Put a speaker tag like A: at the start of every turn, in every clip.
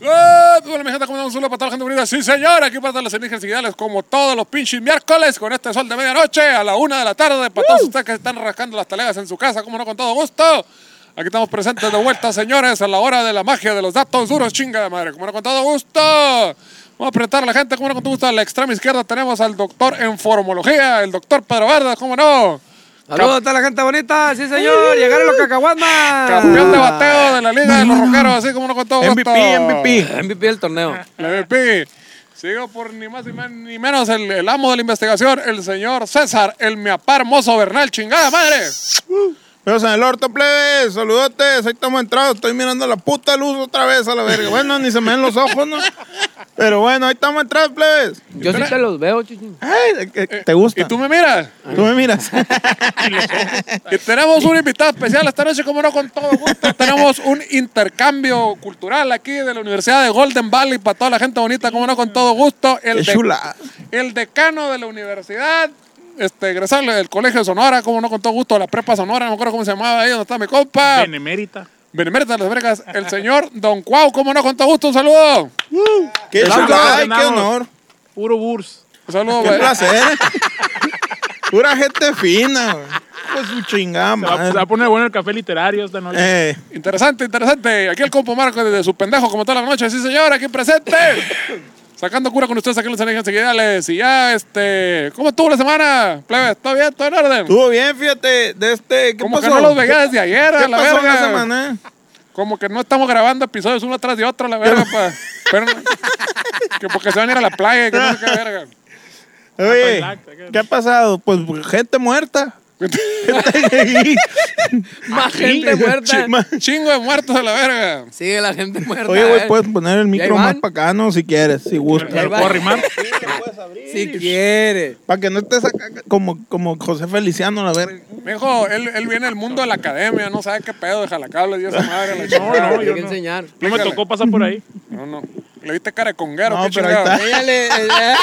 A: ¡Eh! Toda la mejita como un solo para toda la gente bonita. Sí, señor, aquí para todas las cenizas ideales, como todos los pinches miércoles, con este sol de medianoche a la una de la tarde, para todos ustedes que están rascando las talegas en su casa, como no, con todo gusto. Aquí estamos presentes de vuelta, señores, a la hora de la magia de los datos duros, chinga de madre, como no, con todo gusto. Vamos a apretar a la gente, como no, con todo gusto. A la extrema izquierda tenemos al doctor en formología, el doctor Pedro Vargas, como no.
B: Saludos a toda la gente bonita, sí señor, llegaron los cacahuatmas.
A: Campeón de bateo de la Liga de los Roqueros, así como no con todo gusto.
B: MVP, MVP, MVP del torneo.
A: La VP. Sigo por ni más ni, men- ni menos el, el amo de la investigación, el señor César, el miapar mozo Bernal, chingada madre.
C: Pero en el orto, plebes, saludotes, ahí estamos entrados, estoy mirando la puta luz otra vez a la verga. Bueno, ni se me ven los ojos, ¿no? Pero bueno, ahí estamos entrados, plebes.
B: Yo sí te los veo, chichi.
C: Ay, ¿te- ¿te gusta?
A: Eh, Y tú me miras.
C: Tú me miras.
A: Y tenemos un invitado especial esta noche, como no, con todo gusto. tenemos un intercambio cultural aquí de la Universidad de Golden Valley para toda la gente bonita, como no, con todo gusto. El,
C: Qué
A: de-
C: chula.
A: el decano de la universidad, este, egresable del Colegio de Sonora, como no, con todo gusto, la prepa Sonora, no me acuerdo cómo se llamaba ahí, donde está mi compa.
D: Benemérita.
A: Benemérita de las Vergas, el señor Don Cuau, cómo no, con todo gusto, un saludo.
C: Qué
D: Claro,
C: chula, ay, qué
D: ganamos.
C: honor.
D: Puro burs.
A: Un saludo,
C: Qué
A: Pues, güey.
C: placer. Pura gente fina, güey. Pues su chingada,
D: Se va, se va a
C: madre.
D: poner bueno el café literario este, esta noche.
C: Eh,
A: Interesante, interesante. Aquí el compo Marco desde su pendejo, como toda la noche. Sí, señor, aquí presente. Sacando cura con ustedes aquí en los Energías Seguidales. Y ya, este. ¿Cómo estuvo la semana? Plebes, ¿todo bien? ¿Todo en orden?
C: estuvo bien, fíjate, de este, ¿qué
A: Como
C: pasó?
A: que no los veía desde ayer, a
C: ¿Qué
A: la
C: pasó en
A: verga.
C: la semana?
A: Como que no estamos grabando episodios uno tras de otro, a la verga, pa. Pero, que porque se van a ir a la playa, que no sé qué verga.
C: Oye,
B: Ah,
D: Relaxa, ¿qué?
C: ¿qué ha pasado? Pues gente muerta.
B: Más gente muerta.
C: Chima.
A: Chingo de muertos a la verga.
B: Sigue la gente muerta.
C: Oye, güey, pues,
B: eh.
C: puedes poner el micro más
B: van?
C: para acá, ¿no? Si quieres, si
D: ¿Me
C: gustas.
D: lo
B: va.
D: puedo arrimar?
B: Si quiere.
C: Para que no estés acá como, como José Feliciano, la verga.
A: Mijo, él, él viene del mundo de la academia, no sabe qué pedo de jalacables y esa madre. La
D: No,
A: chingada.
D: no,
B: Hay
D: yo
B: que
D: no.
B: enseñar.
D: No me tocó pasar por ahí.
A: No, no. Le viste cara de conguero,
C: No,
A: qué
C: pero ahí
A: chingado.
C: está.
B: Ella le, ella,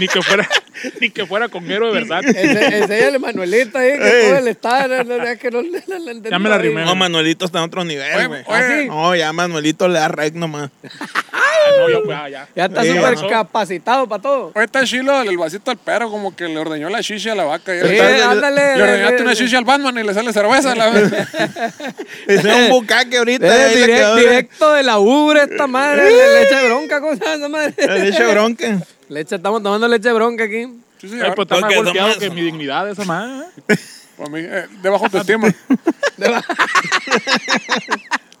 D: Ni que fuera, ni que fuera conguero de verdad.
B: eh, enséñale Manuelita ahí, que
C: Ey.
B: todo el estado, no, no, es que no le- le- le-
D: Ya me la arrimé.
C: No, Manuelito está en otro nivel,
A: Oye,
C: güey.
B: Ah,
A: oye.
C: No, ya Manuelito le da rec nomás.
D: Ah, no, ya, pues, ah, ya.
B: Ya está
C: Sí,
B: súper
D: pasó.
B: capacitado para todo.
A: Hoy está chilo el vasito al perro, como que le ordeñó la chicha a la vaca. y
B: Sí,
A: ahorita le-
B: ándale,
A: le ordeñaste
B: le-
A: una
B: le-
A: chicha al Batman y le sale cerveza. a La...
C: Es un bucaque ahorita.
B: Eh,
C: ahí le
B: direct-
C: quedó,
B: directo de la ubre esta madre, le, le echa bronca, ¿cómo se llama esa madre?
C: güey. Le echa bronca.
B: Leche, estamos tomando leche bronca aquí.
A: Sí,
D: Ay,
A: señor.
D: pues está más
C: Porque
D: golpeado
C: somos-
D: que mi dignidad esa madre.
A: Por mí, eh, de bajo autoestima.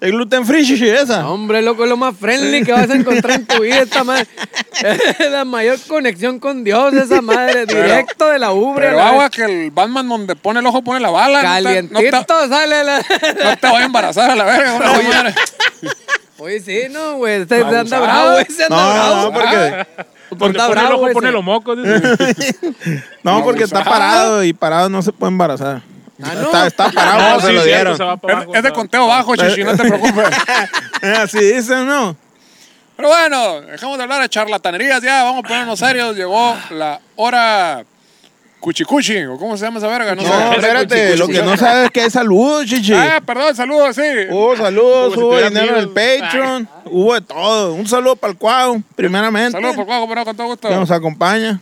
C: El gluten free, shishi, esa.
B: Hombre, loco, es lo más friendly que vas a encontrar en tu vida esta madre. Es la mayor conexión con Dios esa madre,
A: Pero-
B: directo de la ubre. a
A: Pero
B: la
A: agua que el Batman donde pone el ojo pone la bala. no te-
B: Calientito
A: No te,
B: sale la...
A: no te voy a embarazar a la verga. una madre.
B: Oye, sí, no, güey, este se, se anda
A: Abusado.
B: bravo, güey, se anda bravo.
C: No, no, porque,
D: Donde
B: Está
D: pone el
B: bravo
D: ojo,
B: ese.
D: pone los mocos. dice.
C: no, porque está parado y parado no se puede embarazar.
B: Ah, no.
C: está, está parado,
D: No,
C: se
D: Ah, sí,
C: lo
D: cierto,
C: dieron.
D: se va para
A: Es,
D: abajo,
A: es de
D: ¿sabes?
A: conteo bajo, chichi, no te preocupes.
C: Así dicen, Ah, ¿no?
A: Pero bueno, dejamos de hablar de charlatanerías ya, vamos a ponernos serios. Llegó la hora cuchicuchi, o cómo se llama esa verga, no, sé.
C: No, espérate,
B: cuchicuchi.
C: lo que no sabes es que hay saludos, chichi.
A: Ah, perdón, saludos, sí.
C: Hubo saludos,
D: ah, Como si
C: hubo
D: tuviera
C: dinero en el
D: amigos.
C: Patreon, hubo de todo. Un saludo para el Cuau, primeramente.
A: saludos por Cuau, pero con todo gusto.
C: que nos acompaña.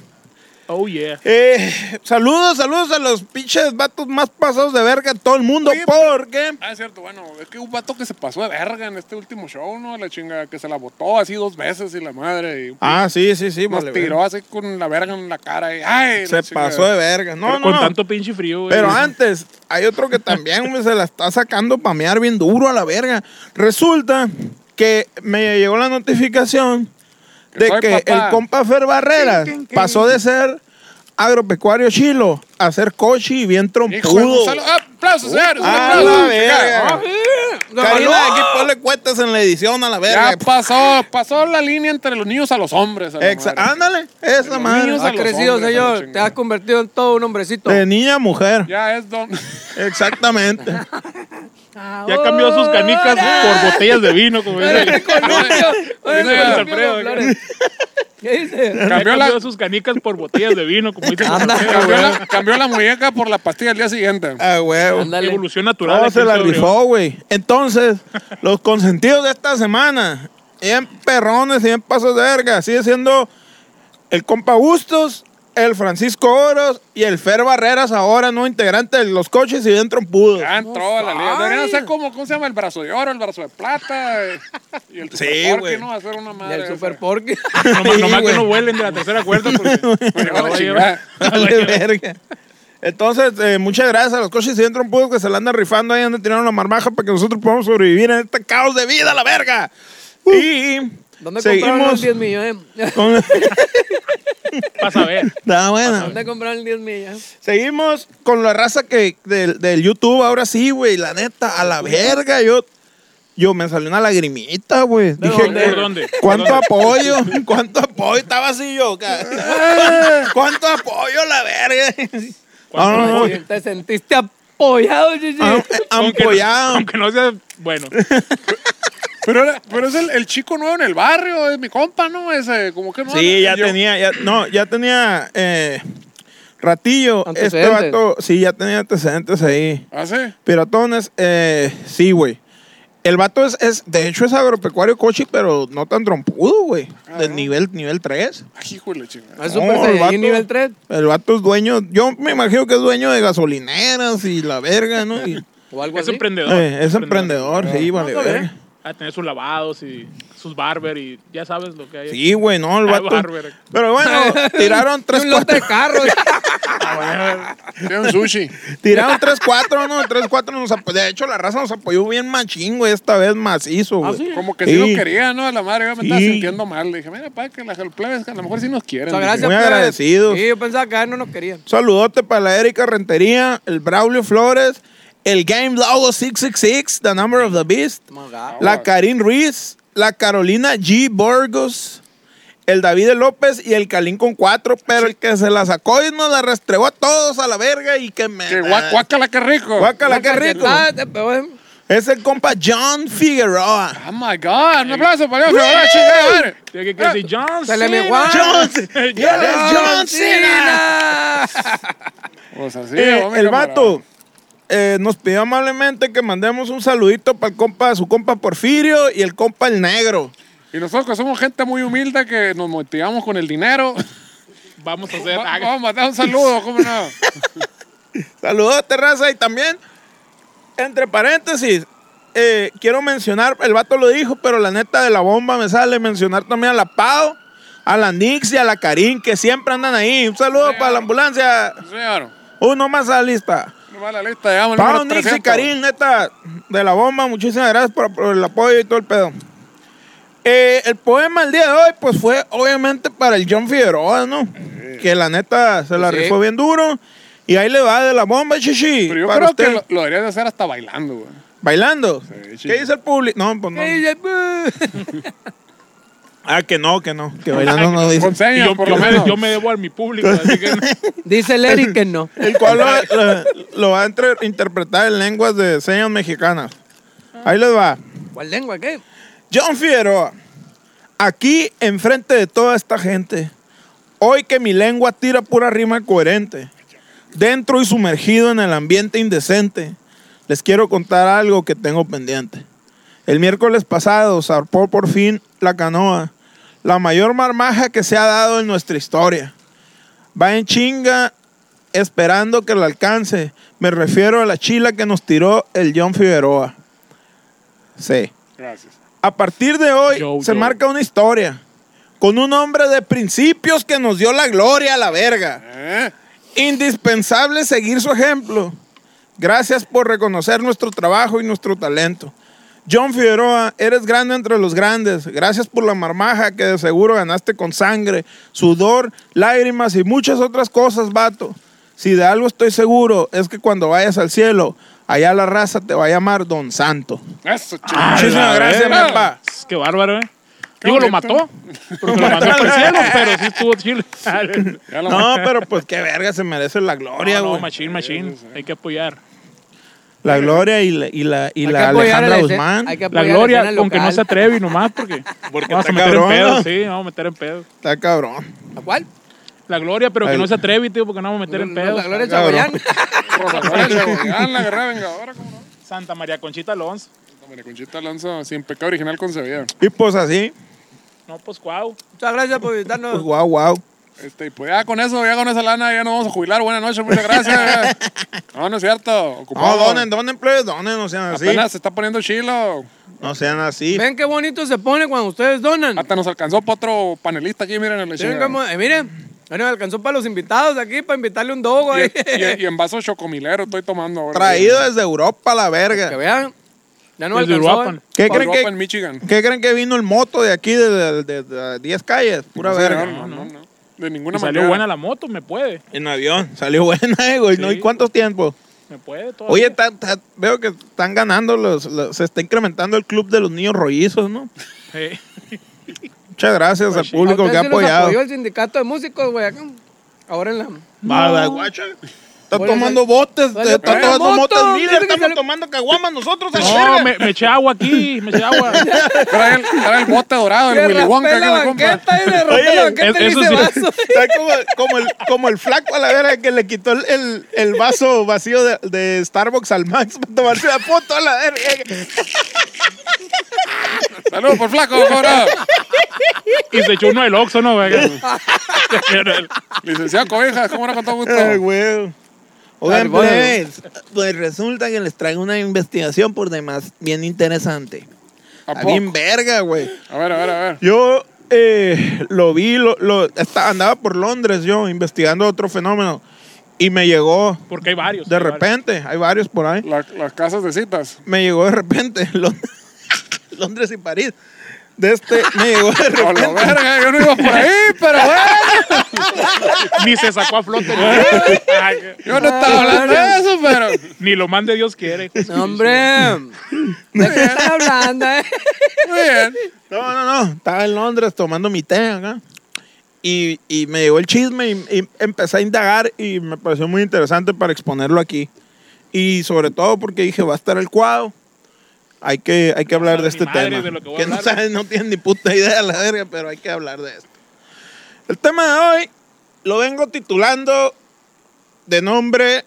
D: Oh, yeah.
C: Eh, saludos, saludos a los pinches vatos más pasados de verga en todo el mundo,
A: Oye,
C: porque
A: Ah, es cierto, bueno, es que un vato que se pasó de verga en este último show, ¿no? La chinga, que se la botó así dos veces y la madre. Y
C: Ah, sí, sí, sí,
A: nos
C: vale,
A: tiró
C: verga.
A: así con la verga en la cara. Y, ay,
C: Se
A: la chinga.
C: pasó de verga. No,
D: Pero
C: no,
D: con
C: no.
D: tanto pinche frío. güey.
C: Pero antes, hay otro que también güey, se la está sacando para mear bien duro a la verga. Resulta que me llegó la notificación de
A: soy
C: que
A: papá.
C: el compa Fer Barreras pasó de ser agropecuario chilo a ser cochi y bien
A: Hijo, un
C: trompudo.
A: saludo. Ah, aplausos, señores, un
C: A
A: aplauso, Ah,
C: la
A: chingada.
C: verga. Carlos, aquí ponle cuentas en la edición a la verga.
A: Ya pasó, pasó la línea entre los niños a los hombres. a la
C: Exa- ah,
A: madre.
C: ándale, esa
A: Los
C: madre.
A: niños
B: Has
A: a los
B: crecido,
A: hombres, a la
B: señor, te
A: chingada.
B: has convertido en todo un hombrecito.
C: De niña a mujer.
A: Ya es don.
C: Exactamente.
D: Ya cambió sus canicas por botellas de vino, como dice.
B: ¿Qué dice?
A: Cambió
D: Ya cambió
A: la,
D: sus canicas por botellas de vino, como dice.
B: Anda,
A: cambió, la, cambió la muñeca por la pastilla el día siguiente.
C: A huevo.
B: Ándale.
D: Evolución natural.
C: No,
D: de
C: se la
D: Cristo,
C: rifó, güey. Entonces, los consentidos de esta semana, bien perrones y bien pasos de verga. Sigue siendo el compa Bustos, el Francisco Oros y el Fer Barreras, ahora no integrante de los coches y bien trompudos.
A: Ya entró a la liga.
B: ay.
A: Deberían hacer como, ¿cómo se llama? El brazo de oro, el brazo de plata. eh, Y el
C: Sí,
A: super
C: güey.
A: ¿no? Hacer una madre.
B: Y el
A: de
B: Super
A: esa.
B: Porky.
D: Nomás,
C: Sí,
D: nomás que
C: güey.
D: no vuelen de la tercera cuerda porque...
A: Me lleva la
D: Oye,
A: chingada.
C: Vale, verga. Entonces, eh, muchas gracias a los coches y bien trompudos que se la andan rifando ahí donde tiraron la marmaja para que nosotros podamos sobrevivir en este caos de vida, la verga. Y
B: ¿Dónde compraron los
C: seguimos.
B: 10 millones?
C: con-
D: Vas a ver.
C: Está buena.
B: ¿Dónde compraron el 10 millones?
C: Seguimos con la raza que del, del YouTube ahora sí, güey. La neta, a la verga, yo. Yo me salió una lagrimita, güey. Dije,
D: dónde?
C: ¿qué-
D: ¿Por dónde?
C: ¿cuánto
D: ¿Por
C: apoyo? ¿Cuánto apoyo? Estaba así yo, ca- ¿Cuánto apoyo, la verga? No, no, no.
B: Oye, ¿Te sentiste apoyado, Gigi?
C: Am- eh,
D: Aunque no-
C: Ampollado.
D: Aunque no sea... Bueno.
A: Pero, era- pero es el, el chico nuevo en el barrio, es mi compa, ¿no? Ese, como que no.
C: Sí, ya
A: Yo-
C: tenía, ya, no, ya tenía eh, ratillo. Este
B: Antecedentes.
C: vato, sí, ya tenía antecedentes ahí.
A: Ah, sí.
C: Piratones, eh, sí, güey. El vato es, es, de hecho, es agropecuario coche, pero no tan trompudo, güey. Del nivel, nivel 3.
A: Ay, hijo de la chingada.
B: ¿Es Super
C: No, el vato-
B: Saiyajin nivel 3?
C: El vato es dueño, yo me imagino que es dueño de gasolineras y la verga, ¿no? Y,
B: ¿O algo
D: Es
B: así?
D: emprendedor.
C: eh, es emprendedor, sí, vale,
B: está bien.
C: verga.
D: A tener sus lavados y sus barber y ya sabes lo que hay.
C: Sí, güey, no, el
D: Ah,
C: vato.
D: bárbaro.
C: Pero bueno, tiraron tres,
B: Un lote
C: cuatro.
B: de carros.
A: Tiene un sushi.
C: Tiraron 3-4, ¿no? 3-4 nos apo- De hecho, la raza nos apoyó bien machín, güey, esta vez macizo,
B: Ah,
C: güey.
A: Como que Ah, sí, lo quería, ¿no? A la madre, yo me estaba
C: Sí.
A: sintiendo mal. Le dije, mira, pa, que la el plebe, a lo mejor sí nos quieren.
B: Muchas gracias.
C: Muy
B: plebes.
C: agradecidos.
B: Sí, yo pensaba que a él no nos querían.
C: Saludote para la Erika Rentería, el Braulio Flores, el Game Logo 666, The Number of the Beast,
B: Magao.
C: la Karin Ruiz, la Carolina G. Burgos, el David López y el Calín con 4, pero el que se la sacó y nos la restregó a todos a la verga y que me...
A: Que guá- guácala, qué rico.
C: Guácala, qué rico.
B: Ah, te pegó.
C: Es el compa John Figueroa.
A: Oh my God, un aplauso para Dios, ahora chingada madre.
D: Tiene que
C: Eh,
D: decir John
B: Se le me
D: Cena.
B: guarda.
C: John Cena.
D: Ya.
C: Eres John
A: O sea, sí,
C: Eh,
A: vamos,
C: el
A: camarada.
C: vato eh, nos pidió amablemente que mandemos un saludito para el compa, su compa Porfirio y el compa el negro.
A: Y nosotros que somos gente muy humilde que nos motivamos con el dinero.
D: Vamos a hacer.
A: Va- Vamos a mandar un saludo, ¿cómo no?
C: Saludos, terraza. Y también, entre paréntesis, eh, quiero mencionar, el vato lo dijo, pero la neta de la bomba me sale mencionar también a la Pau, a la Nix y a la Karin, que siempre andan ahí. Un saludo para la ambulancia.
A: Señor,
C: Uno más a la lista.
A: no va la lista, llegamos al
C: Pau,
A: número
C: Nix y
A: 300.
C: Karim, neta, de la bomba, muchísimas gracias por, por el apoyo y todo el pedo. Eh, el poema el día de hoy, pues fue obviamente para el John Figueroa, ¿no? Que la neta se la
B: Sí.
C: rifó bien duro. Y ahí le va de la bomba, chichi.
A: Pero yo
C: para
A: creo
C: usted.
A: que lo, lo deberías de hacer hasta bailando, güey.
C: ¿Bailando?
A: Sí,
C: ¿Qué dice el público? No, pues no. Ah, que no, que no. Que bailando no dice.
A: Con
D: Y
A: señas,
D: yo,
A: por
D: yo
A: lo
D: me,
A: menos.
D: yo me debo a mi público, así que
B: Dice Larry que no.
C: El cual lo, lo- lo va a entre- interpretar en lenguas de señas mexicanas. Ahí les va.
B: ¿Cuál lengua? ¿Qué?
C: John Figueroa, aquí enfrente de toda esta gente, hoy que mi lengua tira pura rima coherente, dentro y sumergido en el ambiente indecente, les quiero contar algo que tengo pendiente. El miércoles pasado zarpó por fin la canoa, la mayor marmaja que se ha dado en nuestra historia. Va en chinga esperando que la alcance. Me refiero a la chila que nos tiró el John Figueroa. Sí.
A: Gracias.
C: A partir de hoy
D: Yo,
C: se
D: yo.
C: marca una historia con un hombre de principios que nos dio la gloria a la verga.
A: ¿Eh?
C: Indispensable seguir su ejemplo. Gracias por reconocer nuestro trabajo y nuestro talento. John Figueroa, eres grande entre los grandes. Gracias por la marmaja que de seguro ganaste con sangre, sudor, lágrimas y muchas otras cosas, vato. Si de algo estoy seguro es que cuando vayas al cielo, allá la raza te va a llamar Don Santo.
A: Eso, chico.
C: Muchísimas gracias, mi papá.
D: Qué bárbaro, ¿eh? Digo, lo
A: bonito.
D: mató. Porque lo mandó por el cielo, pero sí estuvo chile.
A: Ya lo-
C: No, pero pues qué verga, se merece la gloria,
D: No,
C: güey.
D: no, machín, machín. Hay que apoyar.
C: la gloria y la, y la, y
B: Hay
C: la
B: que apoyar a
C: Alejandra
B: la escena-
C: Guzmán.
B: hay que
D: La
B: apoyar a
D: gloria,
B: escena
D: aunque no
B: local.
D: se atreve nomás, porque,
C: Porque
D: vamos a
C: está
D: meter
C: cabrón,
D: en pedo,
C: ¿no?
D: sí, vamos a meter en pedo.
C: Está cabrón.
B: ¿A cuál?
D: La gloria, pero que
C: Ay.
D: no se atreve, tío, porque no vamos a meter en
B: No,
D: pedo.
B: La gloria de
C: Cabrón.
B: Chaboyán.
A: Profesora Chagoyán, la guerra vengadora, ¿cómo no?
D: Santa María Conchita Alonso.
A: María Conchita Alonso, sin pecado original concebida.
C: Y pues así,
D: No, pues guau.
B: Muchas gracias por
C: Pues
B: visitarnos.
C: guau, guau.
A: Este, y pues ya con eso, ya con esa lana, ya nos vamos a jubilar. Buenas noches, muchas gracias. no, no es cierto.
C: No,
A: Ocupado.
C: donen, donen, plebes, donen, no sean así.
A: Apenas se está poniendo chilo.
C: No sean así.
B: Ven qué bonito se pone cuando ustedes donan.
A: Hasta nos alcanzó para otro panelista aquí, miren el
B: Miren cómo- eh, miren, bueno, me alcanzó para los invitados aquí, para invitarle un dogo
A: y,
B: ahí.
A: y- y en vaso chocomilero estoy tomando ahora.
C: Traído desde Europa la verga.
B: Que vean, ya no
D: Desde
B: alcanzó.
D: Uruapan.
C: ¿Qué
A: ¿Qué
C: creen,
A: que?
C: que,
A: en Michigan.
C: ¿Qué creen que vino el moto de aquí, de- de de- de 10 calles? Pura
A: No,
C: verga.
A: señor, no, no, no. De ninguna
D: Me salió
A: manera.
D: buena la moto, me puede.
C: En avión, salió buena, eh, güey. ¿no?
D: Sí. Oh,
C: ¿Y cuántos tiempos?
D: Me puede todo.
C: Oye, ta- ta- veo que están ganando, los, los- se está incrementando el club de los niños rollizos, ¿no? Muchas gracias al
B: A
C: público
B: ustedes
C: que
B: Pues sí los
C: ha apoyado.
B: apoyó el sindicato de músicos, güey. acá. Ahora en la...
C: Va, va, guacha. Está
B: Oye,
C: tomando botes,
B: oye,
C: está
B: oye,
C: tomando
B: moto,
C: motes, mira,
B: fíjate que
C: estamos
B: salió-
C: tomando caguamas nosotros a la
D: No,
C: verga.
D: me, me eché agua aquí, me eché agua.
A: Trae el, trae el bote dorado, el
B: Le
A: Willy
B: raspé
A: Wonka que
B: la
A: me compra.
B: banqueta, eh, le raspé
D: Oye,
B: la banqueta y
D: eso
B: hice
D: sí.
B: vaso.
C: Está como, como el, como el flaco a la verga que le quitó el, el- el vaso vacío de, de Starbucks al Max para tomarse la foto a la verga.
A: Saludos por flaco, cobra.
D: Y se echó uno del Oxxo, ¿no? güey?
A: Licenciado Cobijas, ¿cómo no con todo gusto?
C: Ay, Eh, güey. Oigan,
B: Carbón.
C: plebes, pues resulta que les traigo una investigación por demás bien interesante.
A: ¿A
C: Está
A: poco?
C: bien verga, güey.
A: A ver, a ver, a ver.
C: Yo eh, lo vi, lo, lo- esta- andaba por Londres yo investigando otro fenómeno y me llegó
D: Porque hay varios.
C: de
D: hay varios.
C: repente, hay varios por ahí,
A: La- las casas de citas.
C: me llegó de repente Lond- Londres y París. De este, me llegó de
A: A la
C: repente.
A: verga, yo no iba por ahí, pero bueno.
D: Ni se sacó a flote. güey. Ay,
A: Yo no estaba hablando de eso, pero.
D: Ni lo mande Dios quiere.
B: No, hombre. ¿De qué están hablando, eh?
A: Muy bien.
C: No, no, no. Estaba en Londres tomando mi té acá. Y, y me llegó el chisme y, y empecé a indagar y me pareció muy interesante para exponerlo aquí. Y sobre todo porque dije, va a estar el cuadro. Hay que, hay que hablar
D: sabe
C: de este
D: ni madre
C: tema.
D: de lo que voy a
C: no
D: hablar. ¿eh?
C: saben, no tienen ni puta idea de la verga, pero hay que hablar de esto. El tema de hoy lo vengo titulando de nombre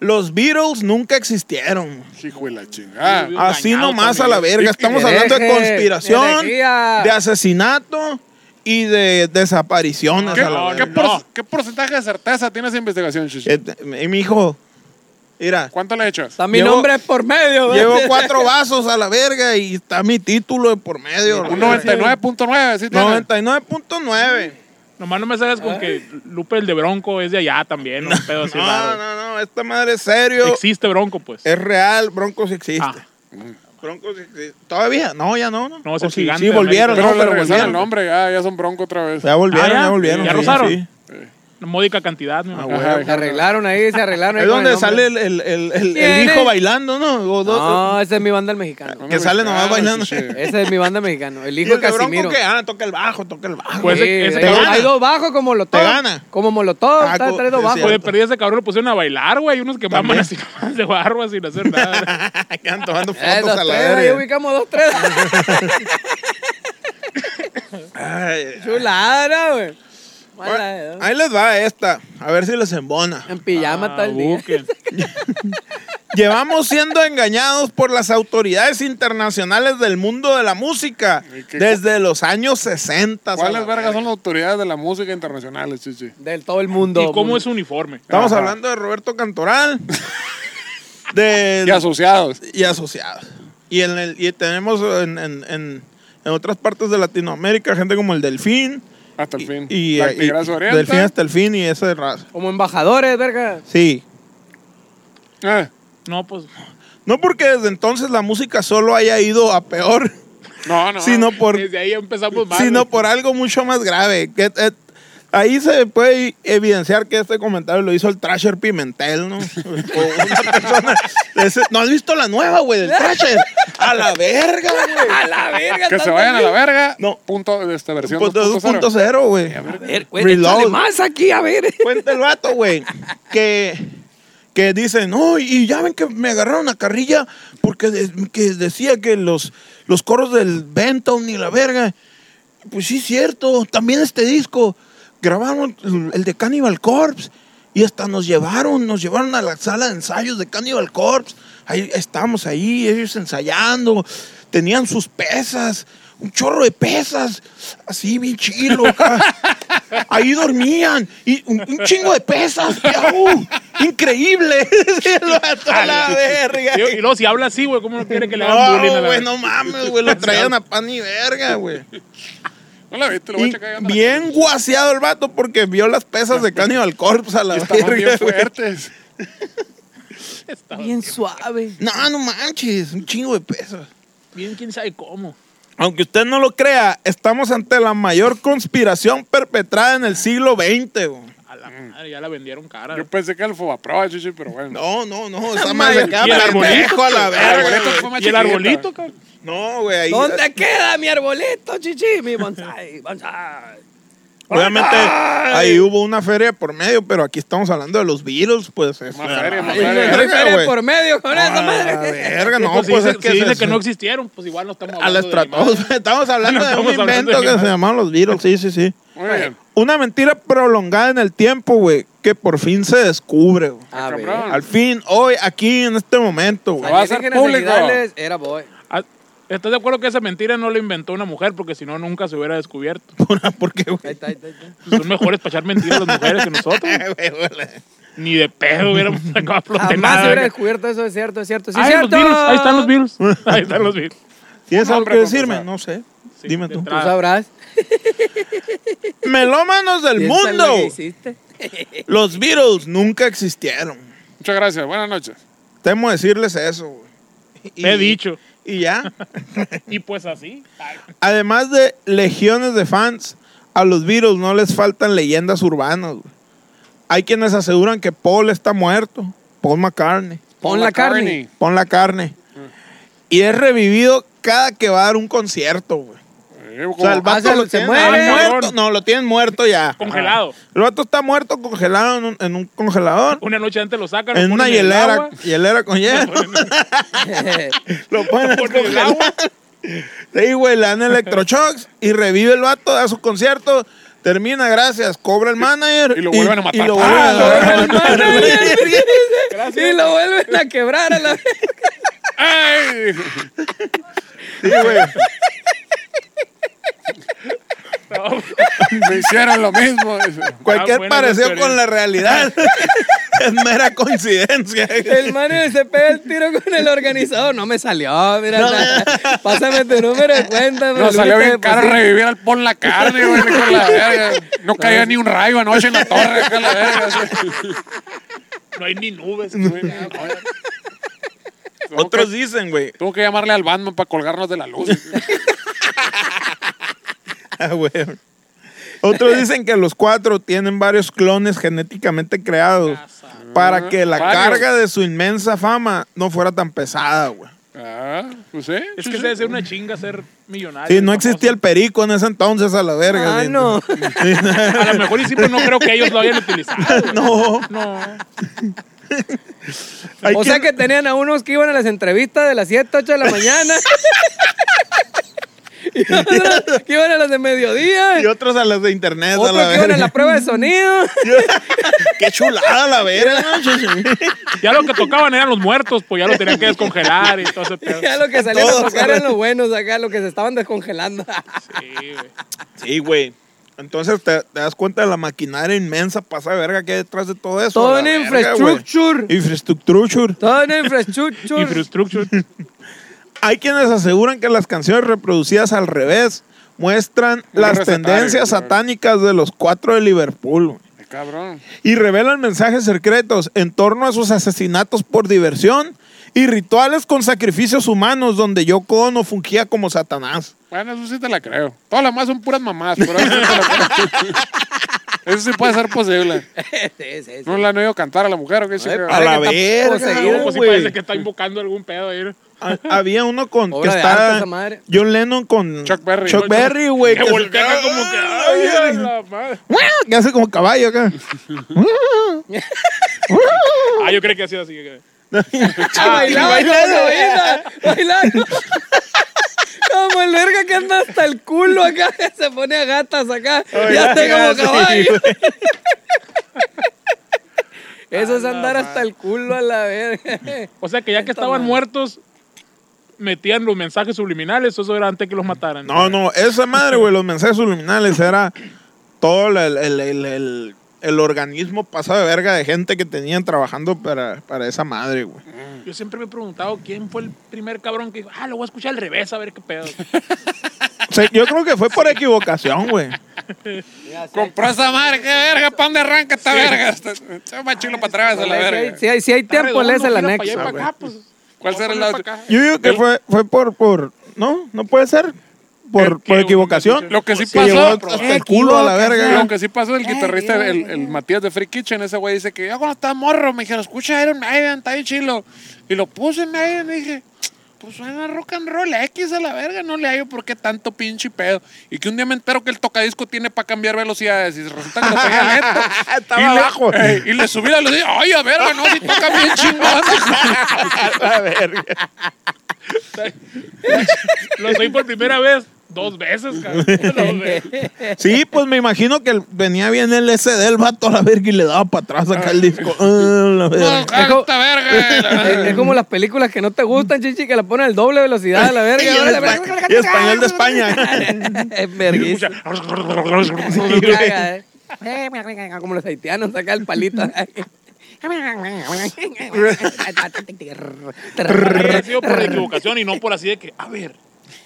C: Los Beatles nunca existieron.
A: Hijo de la chingada.
D: Estuve
C: Así
D: engañado
C: nomás a
D: también.
C: la verga. Estamos
B: Deje,
C: hablando de conspiración,
B: herejía.
C: de asesinato y de desapariciones.
A: ¿Qué,
C: a la
A: qué
C: verga.
A: por-
D: No.
A: qué porcentaje de certeza tiene esa investigación, Shishi?
C: Este, Y mi hijo, mira,
A: ¿Cuánto le echas?
B: Está mi
C: Llevo-
B: nombre por medio, güey.
C: llevo cuatro vasos a la verga y está mi título de por medio. la
A: Un
C: verga.
A: 99.9, sí tiene.
C: 99.9.
D: Nomás no me salgas con que Lupe el de Bronco es de allá también. ¿no? Un pedo así
C: No,
D: raro.
C: no, no, esta madre es serio.
D: Existe Bronco, pues.
C: Es real, Broncos Eh, existe.
D: Ah.
C: Broncos existe. Todavía, no, ya no, no.
D: No, es
C: O
D: el
C: sí,
D: gigante
C: sí,
D: de
C: volvieron,
A: Pero
C: no,
A: le
C: pero
A: regresaron el
C: volvieron.
A: nombre, ya, ya son bronco otra vez.
C: Ya volvieron,
D: Ah,
C: ya,
D: ya.
C: volvieron.
D: Ya
C: sí,
D: rozaron.
C: sí.
D: Una módica cantidad, mi
C: Ah,
D: mamá.
C: güey.
A: Ajá,
B: Se arreglaron ahí, se arreglaron ahí.
C: Es
B: con el
C: donde
B: nombre.
C: sale el, el, el, el- el
B: ¿Quién
C: hijo
B: es?
C: bailando, ¿no? O dos-
A: Ah,
B: No, ese es mi banda el mexicano.
C: Que sale nomás bailando.
B: Ese es mi banda mexicano. El
C: y
B: hijo
C: el
B: de
C: de Bronco
B: Casimiro.
C: que ah, toca el bajo, toca el bajo.
D: Pues
B: Sí,
D: ese- ese
B: hay-
C: cabrón.
B: hay dos bajos como Molotov.
C: Te gana.
B: Como Molotov,
C: Ah,
B: está
C: co-
B: tres dos
C: es
B: bajos.
D: Pues de
C: cierto.
D: perdida ese cabrón lo pusieron a bailar, güey. Hay unos que maman
C: También.
D: así nomás de barba sin hacer nada.
C: Quedan tomando
B: Eh,
C: fotos
B: dos,
C: Pues a la
B: tres, ahí
C: verga.
B: ubicamos dos, tres.
C: Ay,
B: Chulada, güey. Mala,
C: bueno,
B: eh.
C: Ahí les va esta, a ver si les embona.
B: En pijama
D: Ah,
B: tal día.
D: busquen.
C: Llevamos siendo engañados por las autoridades internacionales del mundo de la música
A: ¿Y qué-
C: desde los años 60. a la
A: ¿Cuáles vergas
C: verga.
A: son las autoridades de la música internacional, Chichi?
C: Eh,
B: Del todo el mundo.
D: ¿Y cómo es su uniforme?
C: Estamos
A: Ajá.
C: hablando de Roberto Cantoral. de
A: Y asociados.
C: y asociados. Y, en el- y tenemos en, en- en- en otras partes de Latinoamérica gente como el Delfín.
A: Hasta el fin.
C: Y, y-
A: La Tigresa
C: y-
A: Oriental.
C: Delfín hasta el fin y esa raza.
B: Como embajadores, verga.
C: Sí.
A: Eh,
D: No, pues.
C: No porque desde entonces la música solo haya ido a peor,
A: No, no.
C: sino, por,
D: Desde ahí empezamos mal.
C: sino
D: güey.
C: por algo mucho más grave. Que, eh, ahí se puede evidenciar que este comentario lo hizo el Trasher Pimentel, ¿no? O una persona de ese- ¿No has visto la nueva, güey, del Trasher? A la verga, güey.
B: A la verga.
A: Que se vayan a la verga.
C: No.
A: Punto, este, versión
C: Punto
A: 2.0.
C: 2.0, güey.
B: ver,
C: güey, échale Reload.
B: más aquí, a ver.
C: Cuenta el vato, güey. Que, que dicen, no, y ya ven que me agarraron a carrilla porque de- que decía que los, los coros del Benton y la verga. Pues sí, cierto. También este disco. Grabaron el- el de Cannibal Corpse. Y hasta nos llevaron, nos llevaron a la sala de ensayos de Cannibal Corpse. Ahí estábamos ahí, ellos ensayando. Tenían sus pesas, un chorro de pesas. así bien chilo. acá. Ahí dormían y un, un chingo de pesas. ¡Yau! Increíble. lo ató a la verga.
D: Y, y luego si habla así, güey, ¿cómo no quiere que le hagan bullying? a
C: No,
D: la
C: güey,
D: verga?
C: no mames, güey. Lo traían a pan y verga, güey.
A: No la viste, lo voy a
C: eh, Y
A: checar. ahí anda la-
C: Bien guaseado el vato porque vio las pesas de Cannibal Corpse a la
A: Y estaban
C: verga,
A: bien
C: güey.
A: fuertes.
B: Bien suave.
C: No, no manches, un chingo de pesas.
D: Bien, quién sabe cómo.
C: Aunque usted no lo crea, estamos ante la mayor conspiración perpetrada en el siglo XX. güey.
D: A la
C: Mm.
D: madre, ya la vendieron cara.
A: Yo pensé que era el Fobaproa, chichi, pero bueno.
C: No, no, no, esa madre acá
D: Y el
C: pendejo
D: arbolito.
C: a la
A: El
C: verga.
A: arbolito
C: güey.
A: fue más
D: Y el
A: chiquito.
D: arbolito, cabrón.
C: No, güey, ahí.
B: ¿Dónde queda mi arbolito, chichi? Mi bonsai, bonsai.
C: Obviamente ahí hubo una feria por medio, pero aquí estamos hablando de los Beatles, pues. es-
A: Más feria, más
B: Ay, no hay
A: feria.
C: verga,
B: feria
C: güey. Ah,
B: por medio con
C: A
B: esa
C: la
B: madre.
C: verga, no,
D: Pues si
C: pues
D: dice,
C: es que
D: si
C: se-
D: dice que no existieron, pues igual no estamos
C: a la
D: hablando. de animales.
C: estratosfera. Estamos hablando
D: No
C: de un
D: estamos hablando
C: invento que
D: de
C: se
D: animales.
C: llamaban los Beatles, sí, sí, sí.
A: Muy bien.
C: Una mentira prolongada en el tiempo, güey, que por fin se descubre, güey.
B: A ver.
A: Cabrón.
C: Al fin, hoy, aquí, en este momento, güey.
A: Va a ser
B: Alienígenas
A: público.
B: originales, Era boy.
D: Ah, ¿Estás de acuerdo que esa mentira no la inventó una mujer? Porque si no, nunca se hubiera descubierto.
C: Porque,
B: Ahí
C: güey.
B: está, ahí está, ahí está.
D: pues, Son mejores para echar mentiras las mujeres que nosotros. Ni de pedo hubiéramos sacado a flote
B: Jamás Ah, se
D: nada.
B: hubiera
D: Ahí
B: descubierto eso, es cierto, es cierto, sí, es
D: están,
B: cierto.
D: los virus, ahí están los virus. Ahí están los virus.
C: ¿Tienes
A: Un
C: algo
A: hombre
C: que decirme?
A: confesado.
C: No sé.
D: Sí,
C: Dime tú.
D: de
B: Tú
D: entrada.
B: sabrás.
C: Melómanos del
B: Piensa en lo
C: mundo.
B: que hiciste.
C: Los Beatles nunca existieron.
A: Muchas gracias. Buenas noches.
C: Temo decirles eso, güey. Y-
D: He dicho.
C: Y ya.
D: Y pues así. Ay,
C: Además de legiones de fans, a los Beatles no les faltan leyendas urbanas. güey. Hay quienes aseguran que Paul está muerto. Paul McCartney.
B: Pon la carne.
C: Pon la carne. Y es revivido cada que va a dar un concierto, güey.
A: Eh,
C: O sea, el
A: como-
B: va-
C: vato
B: Ah, se-
C: Oh, lo
B: se
C: tienen
B: muere.
C: ah, muerto. No, lo tienen muerto ya.
D: Congelado.
C: El vato está muerto congelado en un, en un congelador.
D: Una noche antes lo sacan. lo
C: En una
D: ponen el
C: hielera,
D: agua,
C: hielera con hielo. Lo ponen a
D: ponen el
C: congelar.
D: agua.
C: Sí, güey, le dan electroshocks y revive el vato, da su concierto, termina, gracias, cobra el manager.
A: y lo vuelven a matar.
C: Y lo vuelven
A: Ah,
C: a
A: lo vuelven
B: a matar.
C: Verga.
B: Y lo vuelven a quebrar a la
A: ¡Ay!
C: Sí, güey.
A: Me hicieron lo mismo. dice. Ah,
C: Cualquier
D: buena
C: parecido
D: referencia.
C: con la realidad es mera coincidencia.
B: El manager se pega el tiro con el organizador. No me salió, mira. na- Pásame tu número de cuenta. pero
A: Nos salió
B: ahorita
A: bien caro
B: deposito.
A: revivir al pon la carne, güey. con la verga. No caía ni un rayo anoche en la torre. con la verga.
D: No hay ni nubes. güey.
C: Otros dicen, güey.
A: Tuvo que llamarle al Batman para colgarnos de la luz.
C: Ah, güey. Otros dicen que los cuatro tienen varios clones genéticamente creados para que la
A: Varios.
C: carga de su inmensa fama no fuera tan pesada, güey.
A: Ah, pues sí.
D: Es
A: sí, sí.
D: que se debe ser una chinga ser millonario.
C: Sí, no
D: famoso.
C: existía el perico en ese entonces a la verga.
B: Ah,
C: güey.
B: no.
D: A lo mejor y sí, pero no creo que ellos lo hayan utilizado. güey.
C: No.
D: No.
C: Hay
B: O sea
C: quien-
B: que tenían a unos que iban a las entrevistas de las 7, 8 de la mañana. Y otros que iban a las de mediodía.
C: Y otros a las de internet a
B: Otros
C: la
B: que iban
C: verga.
B: a la prueba de sonido.
C: Qué chulada la verga. ¿no?
D: Ya lo que tocaban eran los muertos, pues ya lo tenían que descongelar y todo ese pedo.
B: Ya lo que salían
C: Todos,
B: a tocar eran los buenos acá, lo que se estaban descongelando.
D: Sí, güey.
C: Sí, güey. Entonces te, te das cuenta de la maquinaria inmensa pasa de verga que hay detrás de todo eso.
B: Todo
C: la
B: en
C: verga,
B: infraestructura.
C: güey. Infraestructure.
B: Todo en infraestructura.
D: Infrastructure.
C: Hay quienes aseguran que las canciones reproducidas al revés muestran
A: Un
C: las
A: recetario,
C: tendencias
A: güey.
C: satánicas de los cuatro de Liverpool. güey.
A: Ay, Cabrón.
C: y revelan mensajes secretos en torno a sus asesinatos por diversión y rituales con sacrificios humanos donde Yoko Ono fungía como Satanás.
A: Bueno, eso sí te la creo. Todas las más son puras mamás, pero eso sí te la creo. Eso sí puede ser posible.
B: Sí, sí, sí.
A: No la han oído cantar a la mujer o qué chica?
C: A la
B: que está
C: verga,
B: poseído,
D: No, pues sí
C: güey.
D: parece que está invocando algún pedo ahí. ¿no?
C: Ha- Había uno con que
B: Obra de arte
C: estaba
B: esa madre.
C: John Lennon con
A: Chuck Berry.
C: Chuck Berry, güey,
D: Que
C: que,
D: voltea acá como que. Ay, a la madre.
C: que hace como caballo acá.
D: Ah, yo creo que ha sido así. güey.
B: Ah, bailaba, bailaba, bailaba. Como el verga que anda hasta el culo acá, se pone a gatas acá. ya está como
C: sí,
B: caballo. Eso es andar hasta el culo a la verga.
D: O sea que ya que estaban muertos, metían los mensajes subliminales, eso era antes que los mataran.
C: No, no, esa madre, güey, los mensajes subliminales era todo el, el- el- el- el organismo pasado de verga de gente que tenían trabajando para, para esa madre, güey.
D: Yo siempre me he preguntado quién fue el primer cabrón que dijo, ah, lo voy a escuchar al revés, a ver qué pedo.
C: O sea, yo creo que fue por equivocación, güey.
A: Compró esa madre, qué verga, ¿para dónde arranca esta verga? Está más chilo para atrás a la verga.
B: Si hay, si hay tiempo, lees el anexo.
D: anexo.
B: güey.
A: ¿Cuál será el otro?
C: Yo digo que fue, fue por, por. No, no puede ser. Por, por equivocación.
A: Lo que sí
C: Que llegó
A: pasó, eh,
C: hasta el culo a la
A: Pero
C: verga. Eh,
A: aunque sí pasó el guitarrista, el, el Matías de Free Kitchen, ese güey dice que yo cuando estaba morro me dijeron, escucha Iron Maiden, está bien chilo. Y lo puse en Maiden y dije, pues suena rock and roll X a la verga, no le hallo por qué tanto pinche pedo. Y que un día me entero que el tocadisco tiene para cambiar velocidades y resulta que lo traía lento.
C: Estaba
A: y, le-
C: abajo.
A: eh, y le subí la velocidad, ay, a verga, no, si toca bien chingón.
C: A la verga.
D: Lo soy por primera vez, dos veces, cabrón. Dos veces.
C: Sí, pues me imagino que el- venía bien el SD el vato a la verga y le daba para atrás acá el disco. Ah, la verga.
A: No,
B: Eh,
A: toca Pues, esta verga. la verga.
B: Es, es como las películas que no te gustan, chichi, que la ponen al doble velocidad a la verga.
C: Y,
B: la
C: el
B: verga.
C: espa- y español de España.
B: Es verguísima. Me caga, eh. Como los haitianos, saca el palito.
D: Había sido por equivocación y no por así de que, a ver,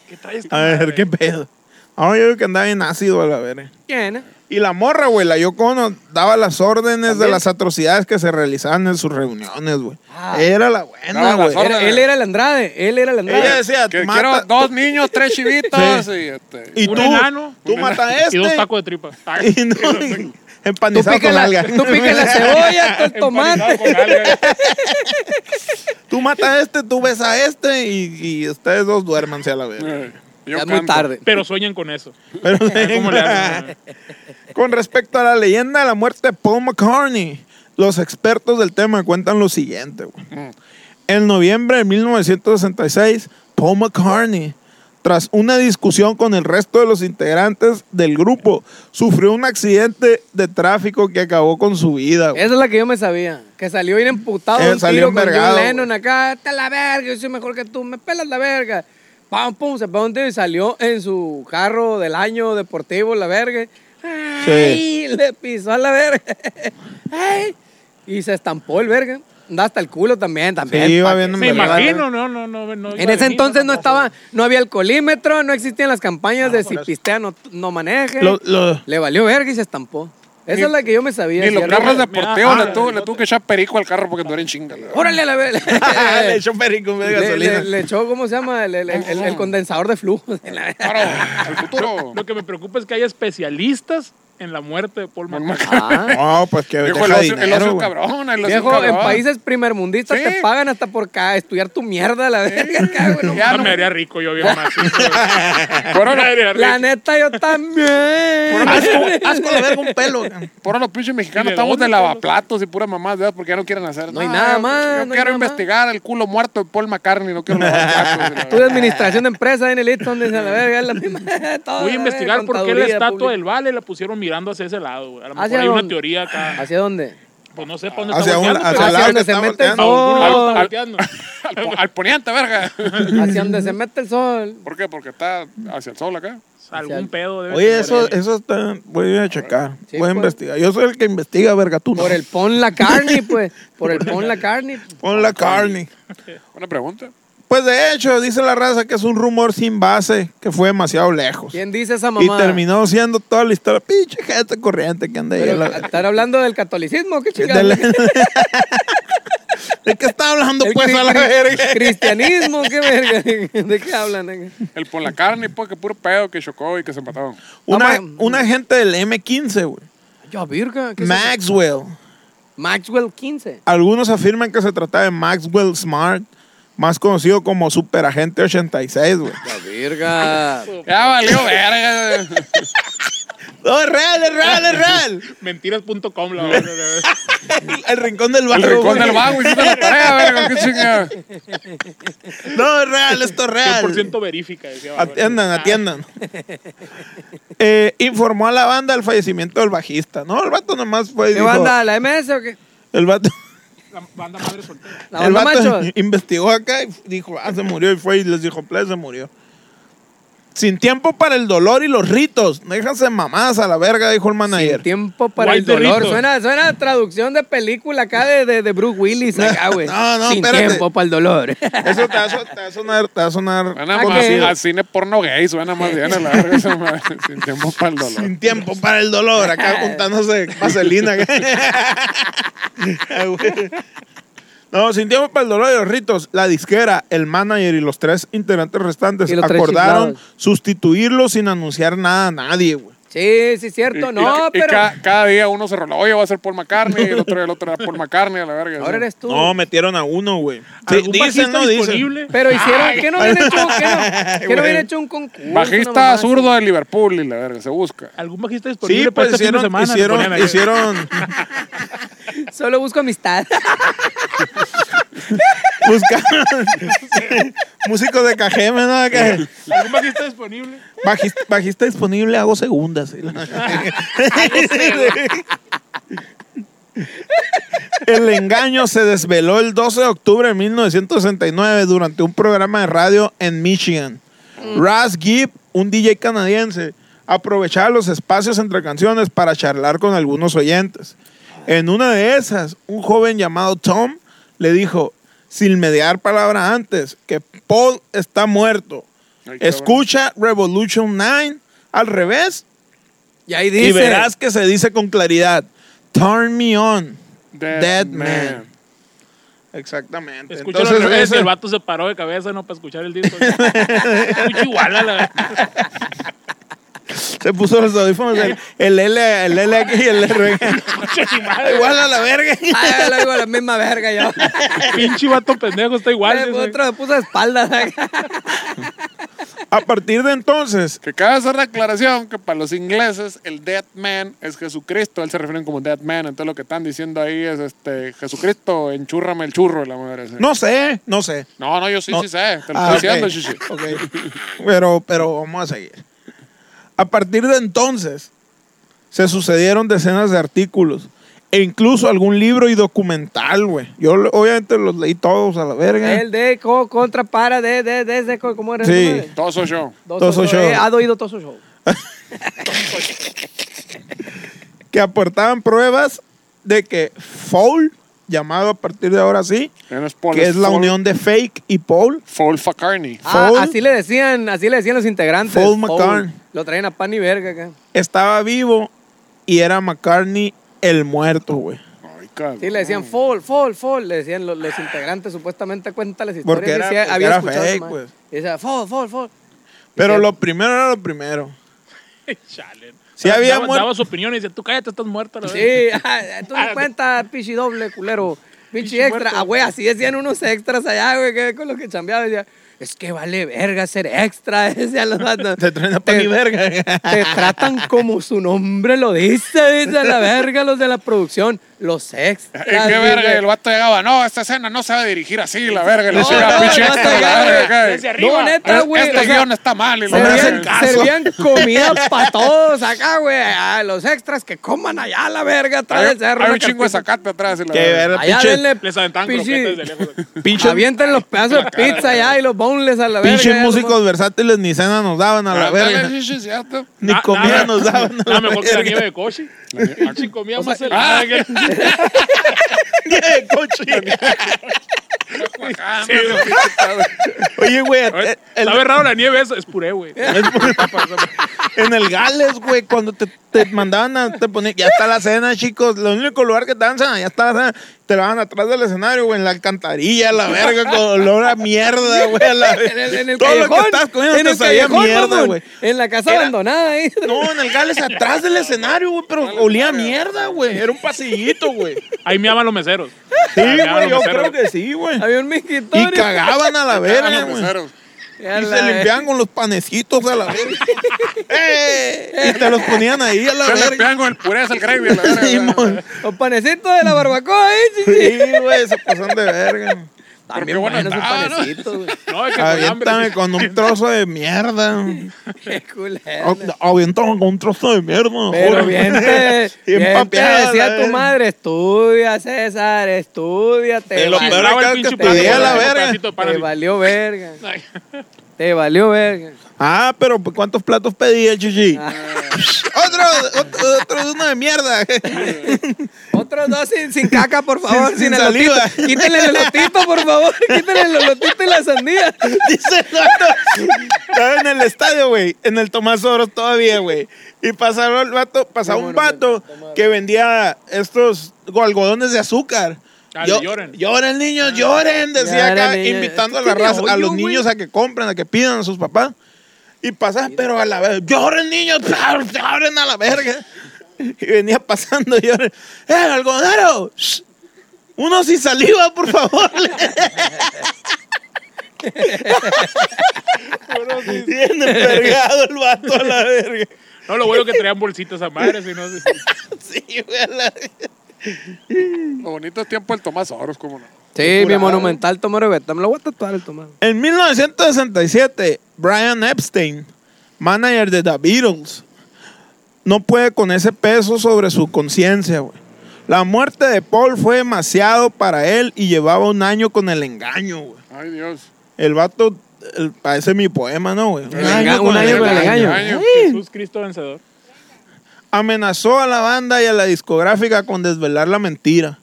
D: ¿qué trae esta
C: A ver,
D: madre?"
C: qué pedo. Ahora yo creo que andaba bien ácido a la verga.
B: ¿Quién?
C: Y la morra, güey, la Yocono daba las órdenes de
B: También.
C: las atrocidades que se realizaban en sus reuniones, güey.
B: Ah.
C: Era la
A: Daba
C: buena,
A: las
C: güey.
A: órdenes.
B: Era- él era el Andrade, él era el Andrade.
C: Ella decía,
A: Que
C: mata-
A: quiero dos niños, tres chivitos
C: Sí.
A: y este.
C: y
D: Un
C: tú,
D: enano,
C: tú
D: un
C: mata a
D: enano
C: este.
D: Y dos tacos de tripa. Ay,
C: Y no,
B: tú
C: empanizado
B: picas
C: con
B: la,
C: alga.
B: tú pica la cebolla, tú el
D: empanizado
B: tomate.
D: con alga.
C: Tú mata a este, tú ves a este y, y ustedes dos duérmanse a la verga.
A: Eh, yo
B: Ya es muy
A: canto.
B: tarde.
D: Pero sueñen con eso.
C: Pero
D: ¿Cómo le hacen?
C: Con respecto a la leyenda de la muerte de Paul McCartney, los expertos del tema cuentan lo siguiente. güey.
D: Mm.
C: En noviembre de 1966, Paul McCartney, tras una discusión con el resto de los integrantes del grupo, sufrió un accidente de tráfico que acabó con su vida. güey.
B: Esa es la que yo me sabía. Que salió bien emputado
C: Eh,
B: de un
C: salió
B: tiro con
C: envergado,
B: John Lennon
C: güey.
B: acá. Está la verga, yo soy mejor que tú, me pelas la verga. Pam, pum, se pegó un tiro y salió en su carro del año deportivo, la verga. Ay, le pisó a la verga. Ay, y se estampó el verga. Anda hasta el culo también, también.
C: Sí, iba
B: pa' que-
C: bien
D: Me
C: envergado.
D: imagino, no, no, no. no
B: En ese entonces no estaba, no había alcoholímetro, no existían las campañas de si pistea no, no maneje.
C: Lo- lo-
B: Le valió verga y se estampó. Esa
A: Ni-
B: es la que yo me sabía.
A: Ni los
B: ¿cierto?
A: carros
D: de-
A: deportivos
D: Ah,
A: le tuvo, le tuvo que echar perico al carro porque no eran chingas.
B: Órale a la verga.
C: le echó perico, güey,
B: Le,
C: gasolina.
B: le- le echó, ¿cómo se llama? El, el- el- el- el condensador de flujo. de la-
A: Claro, al futuro.
D: Lo que me preocupa es que haya especialistas en la muerte de Paul McCartney.
B: Ah.
C: No, pues que
A: Viejo,
C: deja
A: el ocio, el
C: dinero,
A: ocio
C: güey.
A: cabrón, el ocio
B: Viejo,
A: cabrón.
B: en países primermundistas
A: Sí.
B: te pagan hasta por ca- estudiar tu mierda, la verga. cabrón.
A: Ya
D: Ah,
A: no-
D: me haría rico yo bien más. Pero
A: Fueron los-
B: La neta, yo también.
C: Asco, asco la verga un pelo. güey.
A: fueron los pinches mexicanos,
D: ¿Y de
A: estamos de
D: dónde, Pablo?
A: lavaplatos y pura mamá, ¿verdad? Porque ya no quieren hacer
B: No hay nada
A: yo-
B: más,
A: Yo
B: no hay
A: quiero
B: nada más.
A: investigar el culo muerto de Paul McCartney, no quiero lavar
B: Tú
A: platos.
B: de administración de empresas en el Easton, dice la verga, es la misma. todo, la
D: Voy a
B: verga,
D: investigar por qué la
B: contaduría
D: estatua
B: pública.
D: del Vale la pusieron mirando hacia ese lado. güey. A lo mejor
B: ¿Hacia
D: hay una
B: dónde?
D: teoría acá.
B: ¿Hacia dónde?
D: Pues no sé para dónde
C: Hacia
D: está
C: un-
D: volteando,
C: hacia el
D: pero
B: Hacia
C: lado
B: donde
C: que
B: se
C: está
B: mete el
C: volteando.
D: a algún lado
B: sol.
D: está volteando.
A: al, po- al poniente, verga.
B: Hacia donde se mete el sol.
A: ¿Por qué? Porque está hacia el sol acá.
D: Algún pedo debe
C: Oye,
D: tener
C: eso,
D: ahí.
C: eso está. Voy a checar.
B: Sí,
C: voy a
B: pues.
C: investigar. Yo soy el que investiga, verga, tú. no.
B: Por el pon la carne, pues. Por el pon la carne.
C: Pon la carne.
A: Buena pregunta.
C: Pues de hecho, dice la raza que es un rumor sin base, que fue demasiado lejos.
B: ¿Quién dice esa
C: Y
B: mamá?
C: terminó siendo toda la historia. Pinche gente corriente que anda ahí. a la verga.
B: ¿Estar hablando del catolicismo? ¿Qué chingada?
C: De, la- ¿De qué está hablando,
B: El
C: pues,
B: cri-
C: a la
B: cri-
C: verga?
B: Cristianismo, qué verga. ¿De qué hablan? eh?
A: El por la carne, pues, que puro pedo que chocó y que se empataron.
C: Una,
B: Vamos a-
C: un agente del M15, güey.
B: Yo, virga. ¿qué es eso?
C: Maxwell.
B: Maxwell 15.
C: Algunos afirman que se trata de Maxwell Smart, más conocido como Superagente 86, güey.
B: La virga.
A: Ya valió verga.
C: No, es real, es real, es real.
D: Mentiras.com, la verdad.
C: El rincón del
A: El
C: barrio.
A: rincón
C: güey.
A: del vago hiciste la tarea, verga. Qué chingada.
C: No, es real, esto es real.
D: 100% verifica. decía, bueno.
C: Atiendan, atiendan. Eh, informó a la banda el fallecimiento del bajista, ¿no? El vato nomás fue. y
B: ¿Qué
C: dijo-
B: banda? ¿La MS o qué?
C: El vato.
D: la banda madre soltera.
B: La banda machos.
C: investigó acá y dijo, ah, se murió. Y fue y les dijo, plebe, se murió. Sin tiempo para el dolor y los ritos. Déjense mamadas a la verga, dijo el manager.
B: Sin tiempo para
D: Guay
B: el dolor.
D: Doritos.
B: Suena, suena a traducción de película acá de, de, de Bruce Willis acá, güey.
C: No, no,
B: Sin
C: espérate.
B: tiempo para el dolor.
C: Eso te va, a so- te va a sonar, te va a sonar
A: Suena más
B: Ah, que-
A: a, a cine porno gay, suena más bien a la verga esa madre. Sin tiempo para el dolor.
C: Sin tiempo para el dolor, acá juntándose vaselina. Ah, no, sin tiempo para el dolor de los ritos. La disquera, el manager y los tres integrantes restantes
B: Y los tres
C: acordaron
B: chiflados.
C: sustituirlo sin anunciar nada a nadie, güey.
B: sí, sí,
A: Y-
B: cierto.
A: y-
B: no,
A: y
B: pero
A: ca- cada día uno se rola, oye, va a ser Paul McCartney, el otro, el otro era Paul McCartney, a la verga.
B: ahora eres tú.
C: No, metieron a uno, güey. Sí,
D: ¿Algún bajista disponible?
B: Pero hicieron, ¿qué no habían hecho? ¿Qué no, qué no
C: Güey.
B: habían hecho un concurso? una mamá
A: Bajista
B: así?
A: zurdo de Liverpool y la verga, se busca.
D: ¿Algún bajista disponible
C: Sí,
D: para
C: pues
D: este fin de
C: hicieron,
D: semana? Lo ponían
C: hicieron,
D: ahí.
C: hicieron,
B: Solo busco amistad.
C: buscaron músicos de Cajeme, ¿no? Acá.
D: ¿Algún bajista disponible?
C: Bajis- Bajista, disponible, hago segundas. el engaño se desveló el 12 de octubre de 1969 durante un programa de radio en Michigan. Raz Gibb, un DJ canadiense, aprovechaba los espacios entre canciones para charlar con algunos oyentes. En una de esas, un joven llamado Tom le dijo, sin mediar palabra antes, que Paul está muerto.
A: Ay, cabrón.
C: Escucha Revolution 9 al revés
B: Y ahí
C: y
B: dice.
C: verás que se dice con claridad, turn me on.
A: Dead,
C: Dead
A: Man.
C: Man. Exactamente.
D: Escúchalo al revés, el vato se paró de cabeza, no, para escuchar el disco. Escucha igual a la...
C: se puso los audífonos, el, el L, el L aquí y el R.
D: Escucha mi madre.
C: Igual a la verga.
B: Ay, yo le digo la misma verga yo.
D: Pinche vato pendejo, está igual.
B: Le-
D: dice.
B: Otro me puso de espaldas. acá.
C: A partir de entonces,
A: Que cabe hacer la aclaración que para los ingleses el Dead Man es Jesucristo. Él se refieren como Dead Man. Entonces lo que están diciendo ahí es este Jesucristo, enchúrrame el churro, la madre. sí.
C: no sé, no sé.
A: no, no, yo sí,
C: No.
A: sí sé. Te lo
C: Ah,
A: estoy diciendo,
C: ok.
A: Shishi.
C: Ok. Pero, pero vamos a seguir. A partir de entonces, se sucedieron decenas de artículos. E incluso algún libro y documental, güey. Yo lo- obviamente los leí todos a la verga.
B: El de co, contra para de de de, de co- ¿cómo era?
C: Sí.
B: esa madre?
A: Todo soy yo.
C: Toso Show.
B: eh, ha doído Toso Show.
C: Que aportaban pruebas de que Foul, llamado a partir de ahora sí,
A: Ya no es Paul,
C: que es la
A: Paul-
C: unión de fake y Paul,
A: Paul Facarney.
B: Ah,
C: Foul.
B: así le decían, así le decían los integrantes.
C: Foul McCartney.
B: Lo traían a pan y verga acá.
C: estaba vivo y era McCartney el muerto, güey.
A: Ay, cabrón.
B: Sí, le decían fall, fall, fall. Le decían los, los integrantes, supuestamente cuentan las historias.
C: Porque
B: y
C: era-
B: sí,
C: porque
B: había
C: era
B: escuchado esa
C: fake,
B: madre.
C: pues.
B: Y decía, fall, fall, fall.
C: Pero
B: Sí.
C: lo primero era lo primero.
D: Chale.
C: Sí
D: Daba-
C: había
D: daba,
C: muer-
D: daba su opinión y decía, tú cállate, estás muerta. La verga.
B: Sí, ah, tú no cuentas, pichi doble, culero. Pichi
D: Pichi
B: extra.
D: muerto.
B: Ah, güey, así decían unos extras allá, güey, que con los que chambeaba. Decía, es que vale verga ser extra, decían los vatos.
C: Se traen a pan y
B: Te-
C: verga.
B: Te tratan como su nombre lo dice, dice a la verga los de la producción, los extras.
A: ¿Y qué verga?
B: dice.
A: Y el vato llegaba, no, esta escena no se va a dirigir así, la verga. Le
B: No,
A: llega
B: no,
A: pinche
B: no,
A: extra,
B: no,
A: la
B: no,
A: verga. acá.
D: desde arriba.
B: No, neta,
A: Este
B: güey. o sea,
A: guión está mal y la
C: no me
A: verga.
C: hacen
B: servían,
C: caso.
B: servían comida para todos acá, güey. Ah, los extras que coman allá la verga atrás
A: Hay,
B: del cerro.
A: hay un
B: una
A: chingo de
B: carpeta.
A: zacate atrás. y la
C: Qué
A: verga.
C: verga,
B: Allá
C: pinche-
B: denle
D: Les aventaban
C: Pues
B: pinche-
D: croquetas de lejos.
C: pinche-
B: Avienten los pedazos de pizza allá y los boneless a la verga.
C: Pinche
B: ya,
C: músicos versátiles ni cena nos daban a la
A: Ah, dale,
C: verga.
A: sí, sí, cierto.
C: Ni
D: Na-
C: comida
D: nada-
C: nos daban a la
D: Nada mejor que la nieve
C: verga.
D: de coche. Pinche comida más helada.
A: Ah,
D: que-
C: Nieve de coche.
A: Sí, güey.
C: Oye, güey,
D: Oye,
C: eh, el-
D: Sabe raro la nieve eso. Es puré, güey.
C: en el Gales, güey, cuando te, te mandaban a te ponían, ya está la cena, chicos, lo único lugar que danzan, ya está la cena, te la van atrás del escenario, güey, en la alcantarilla, la verga, con olor a mierda, güey, a la
B: En el, en el
C: Todo lo
B: callejón,
C: que estabas comiendo
B: en
C: te
B: el
C: sabía
B: callejón,
C: mierda,
B: mamón,
C: güey.
B: En la casa
C: Era-
B: abandonada ahí.
C: No, en el Gales atrás del escenario, güey, pero olía a mierda, güey. Era un pasillito, güey.
D: Ahí me aman los meseros.
C: Sí,
D: Ahí meaban
C: güey, yo
D: los
C: creo
D: meseros.
C: que sí, güey.
B: Había un mijitorio.
C: Y cagaban a la verga,
A: Eran los
C: güey.
A: meseros.
B: Ya
C: Y
B: la-
C: se limpiaban con los panecitos a la verga. ¡Eh! Y te los ponían ahí a la
A: Se le
C: verga.
A: pegan con el puré, es el gravy. la verga.
C: Simón.
B: Los panecitos de la barbacoa ahí, sí, sí.
C: Sí, güey, se pasan de verga.
A: Pero qué
B: También
A: bueno
B: buenos esos
A: está, ¿no?
B: panecitos, güey.
D: No, es que con hambre.
C: Aviéntame con un trozo de mierda.
B: Qué culero.
C: A- Aviéntame con un trozo de mierda.
B: Pero
C: Joder.
B: bien te,
C: Bien
B: bien te
C: papeada, eh. la
B: decía tu
C: verga.
B: madre, estudia, César, estudia, te,
C: Es lo
B: va-
C: peor
D: Chiflaba
C: acá
D: el
C: que
D: pinche
C: pedía
D: plato,
C: la
D: güey,
C: verga.
D: pedacito de pan
B: te
D: así.
B: valió verga,
D: Ay.
B: te valió verga.
C: Ah, pero pues, ¿cuántos platos pedí el chichi?
B: Ah.
C: otro, otro, otro uno de mierda.
B: Otros dos sin, sin caca, por favor, sin,
C: Sin- sin
B: elotito.
C: saliva.
B: Quítenle el elotito, por favor, quítenle el elotito y la sandía.
C: Dice el vato. Estaba en el estadio, güey. En el Tomás Oros todavía, güey. Y pasaba el vato, pasaba un vato que vendía estos algodones de azúcar.
D: Ah, le lloran.
C: Lloren, niños, lloren. Decía
B: Lloren,
C: acá,
B: niños.
C: invitando a
B: Esto
C: la
B: tiene
C: raza, a
B: hoyo,
C: los
B: güey.
C: niños a que compren, a que pidan a sus papás. Y pasas, pero a la vez, lloren, niños, lloren a la verga. Y venía pasando, lloren. ¡Eh, algodero! ¡Shh! Uno sin saliva, por favor. Bien envergado el vato a la verga.
D: No, lo bueno que traían bolsitas a madre, si no. si-
C: Sí, güey, a la
A: Lo bonito es tiempo el Tomás Oros, como no.
B: Sí, mi
C: curado.
B: monumental Tomás Roberto, me lo voy a tatuar el Tomás.
C: En 1967, Brian Epstein, manager de The Beatles, no puede con ese peso sobre su conciencia, güey. La muerte de Paul fue demasiado para él y llevaba un año con el engaño, güey.
A: Ay, Dios.
C: El vato, el, parece mi poema, ¿no, güey?
B: El enga- un año con el engaño.
D: Jesús Cristo vencedor.
C: Amenazó a la banda y a la discográfica con desvelar la mentira.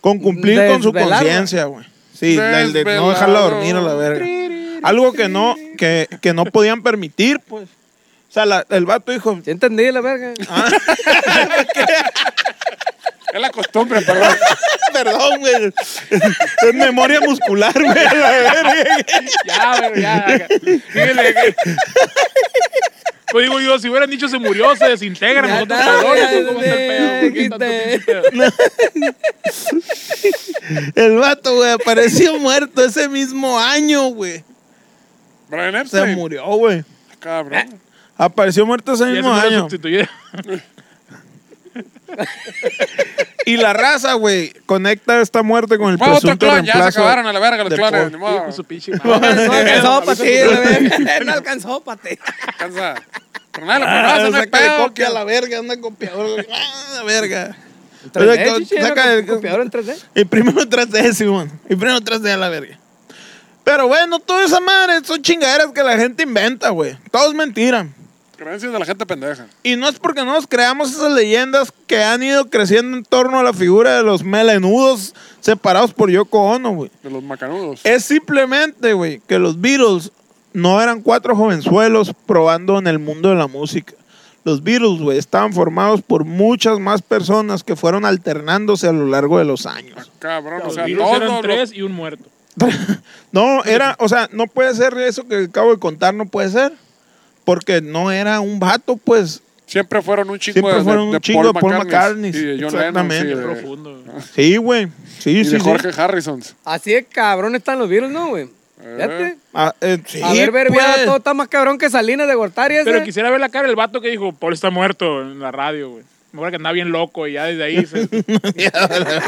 C: Con cumplir con su
B: Desvelarla.
C: conciencia, güey. Sí, la- el de no
A: Desvelado.
C: dejarla dormir a la verga. Algo que no, que, que no podían permitir, pues. O sea, la- el vato dijo,
B: ¿Sí entendí la verga?
C: Ah,
A: Es la costumbre, perdón.
C: "Ah, perdón, güey. es memoria muscular, güey. a la verga.
D: Ya, pero ya. Dígale que. Pues digo yo, si hubieran dicho se murió, se desintegra.
B: Ya
D: Nosotros
B: está,
D: cabrones,
B: ya
D: ¿tú ¿cómo está el pedo? ¿Por qué
B: quité.
D: tanto pinche pedo?
C: El vato, güey, apareció muerto ese mismo año, güey.
A: Brian
C: Se
A: Epstein.
C: murió, güey.
A: Cabrón.
C: Apareció muerto ese
D: Ya
C: mismo
D: si no lo
C: año.
D: sustituyeron.
C: Y la raza, güey, conecta esta muerte con el
A: Fue otro
C: presunto
A: clon, ya se
C: reemplazo.
A: acabaron a la verga los
C: de
A: clones.
C: Paul.
A: Ni
D: Hijo de
A: modo.
D: su pinche madre.
B: No alcanzó para ti, la verga. No alcanzó para
A: Cansa.
B: ti.
A: Pero nada, lo
C: Ah,
A: conoce, no hay
C: saca de
A: pedo.
C: copia a la verga, una copiadora. Ah, la verga.
B: En
C: Oye,
B: 3D,
C: co-
B: chichi,
C: saca
B: era
C: el-
B: con copiador en 3D.
C: Y primero 3D, Simón. Y primero 3D a la verga. Pero bueno, toda esa madre son chingaderas que la gente inventa, güey. Todos mentiran.
A: Creencias de la gente pendeja.
C: Y no es porque no nos creamos esas leyendas que han ido creciendo en torno a la figura de los melenudos separados por Yoko Ono, güey.
A: De los macanudos.
C: Es simplemente, güey, que los Beatles no eran cuatro jovenzuelos probando en el mundo de la música. Los Beatles, güey, estaban formados por muchas más personas que fueron alternándose a lo largo de los años.
A: Cabrón, o
D: Los
A: sea,
D: virus
A: todos
D: eran
A: los-
D: tres y un muerto.
C: No, era, o sea, no puede ser eso que acabo de contar, no puede ser. Porque no era un vato, pues.
A: siempre fueron un chingo
C: Siempre
A: de, de-
C: fueron un
A: de
C: chingo de Paul
A: McCartney.
C: McCartney.
A: Y de John
C: Exactamente.
A: Lennon. y
D: Qué
A: de-
D: profundo.
C: Sí, güey. Sí,
A: Y
C: sí.
A: de
C: sí.
A: Jorge Harrison.
B: Así de cabrón están los virus, ¿no, güey? Fíjate.
C: Ah, eh, sí,
B: A ver, ver,
C: pues.
B: todo está más cabrón que Salinas de Gortari ese.
D: Pero quisiera ver la cara del vato que dijo, Paul está muerto en la radio, güey. Mejor que andaba bien loco y ya desde ahí se, se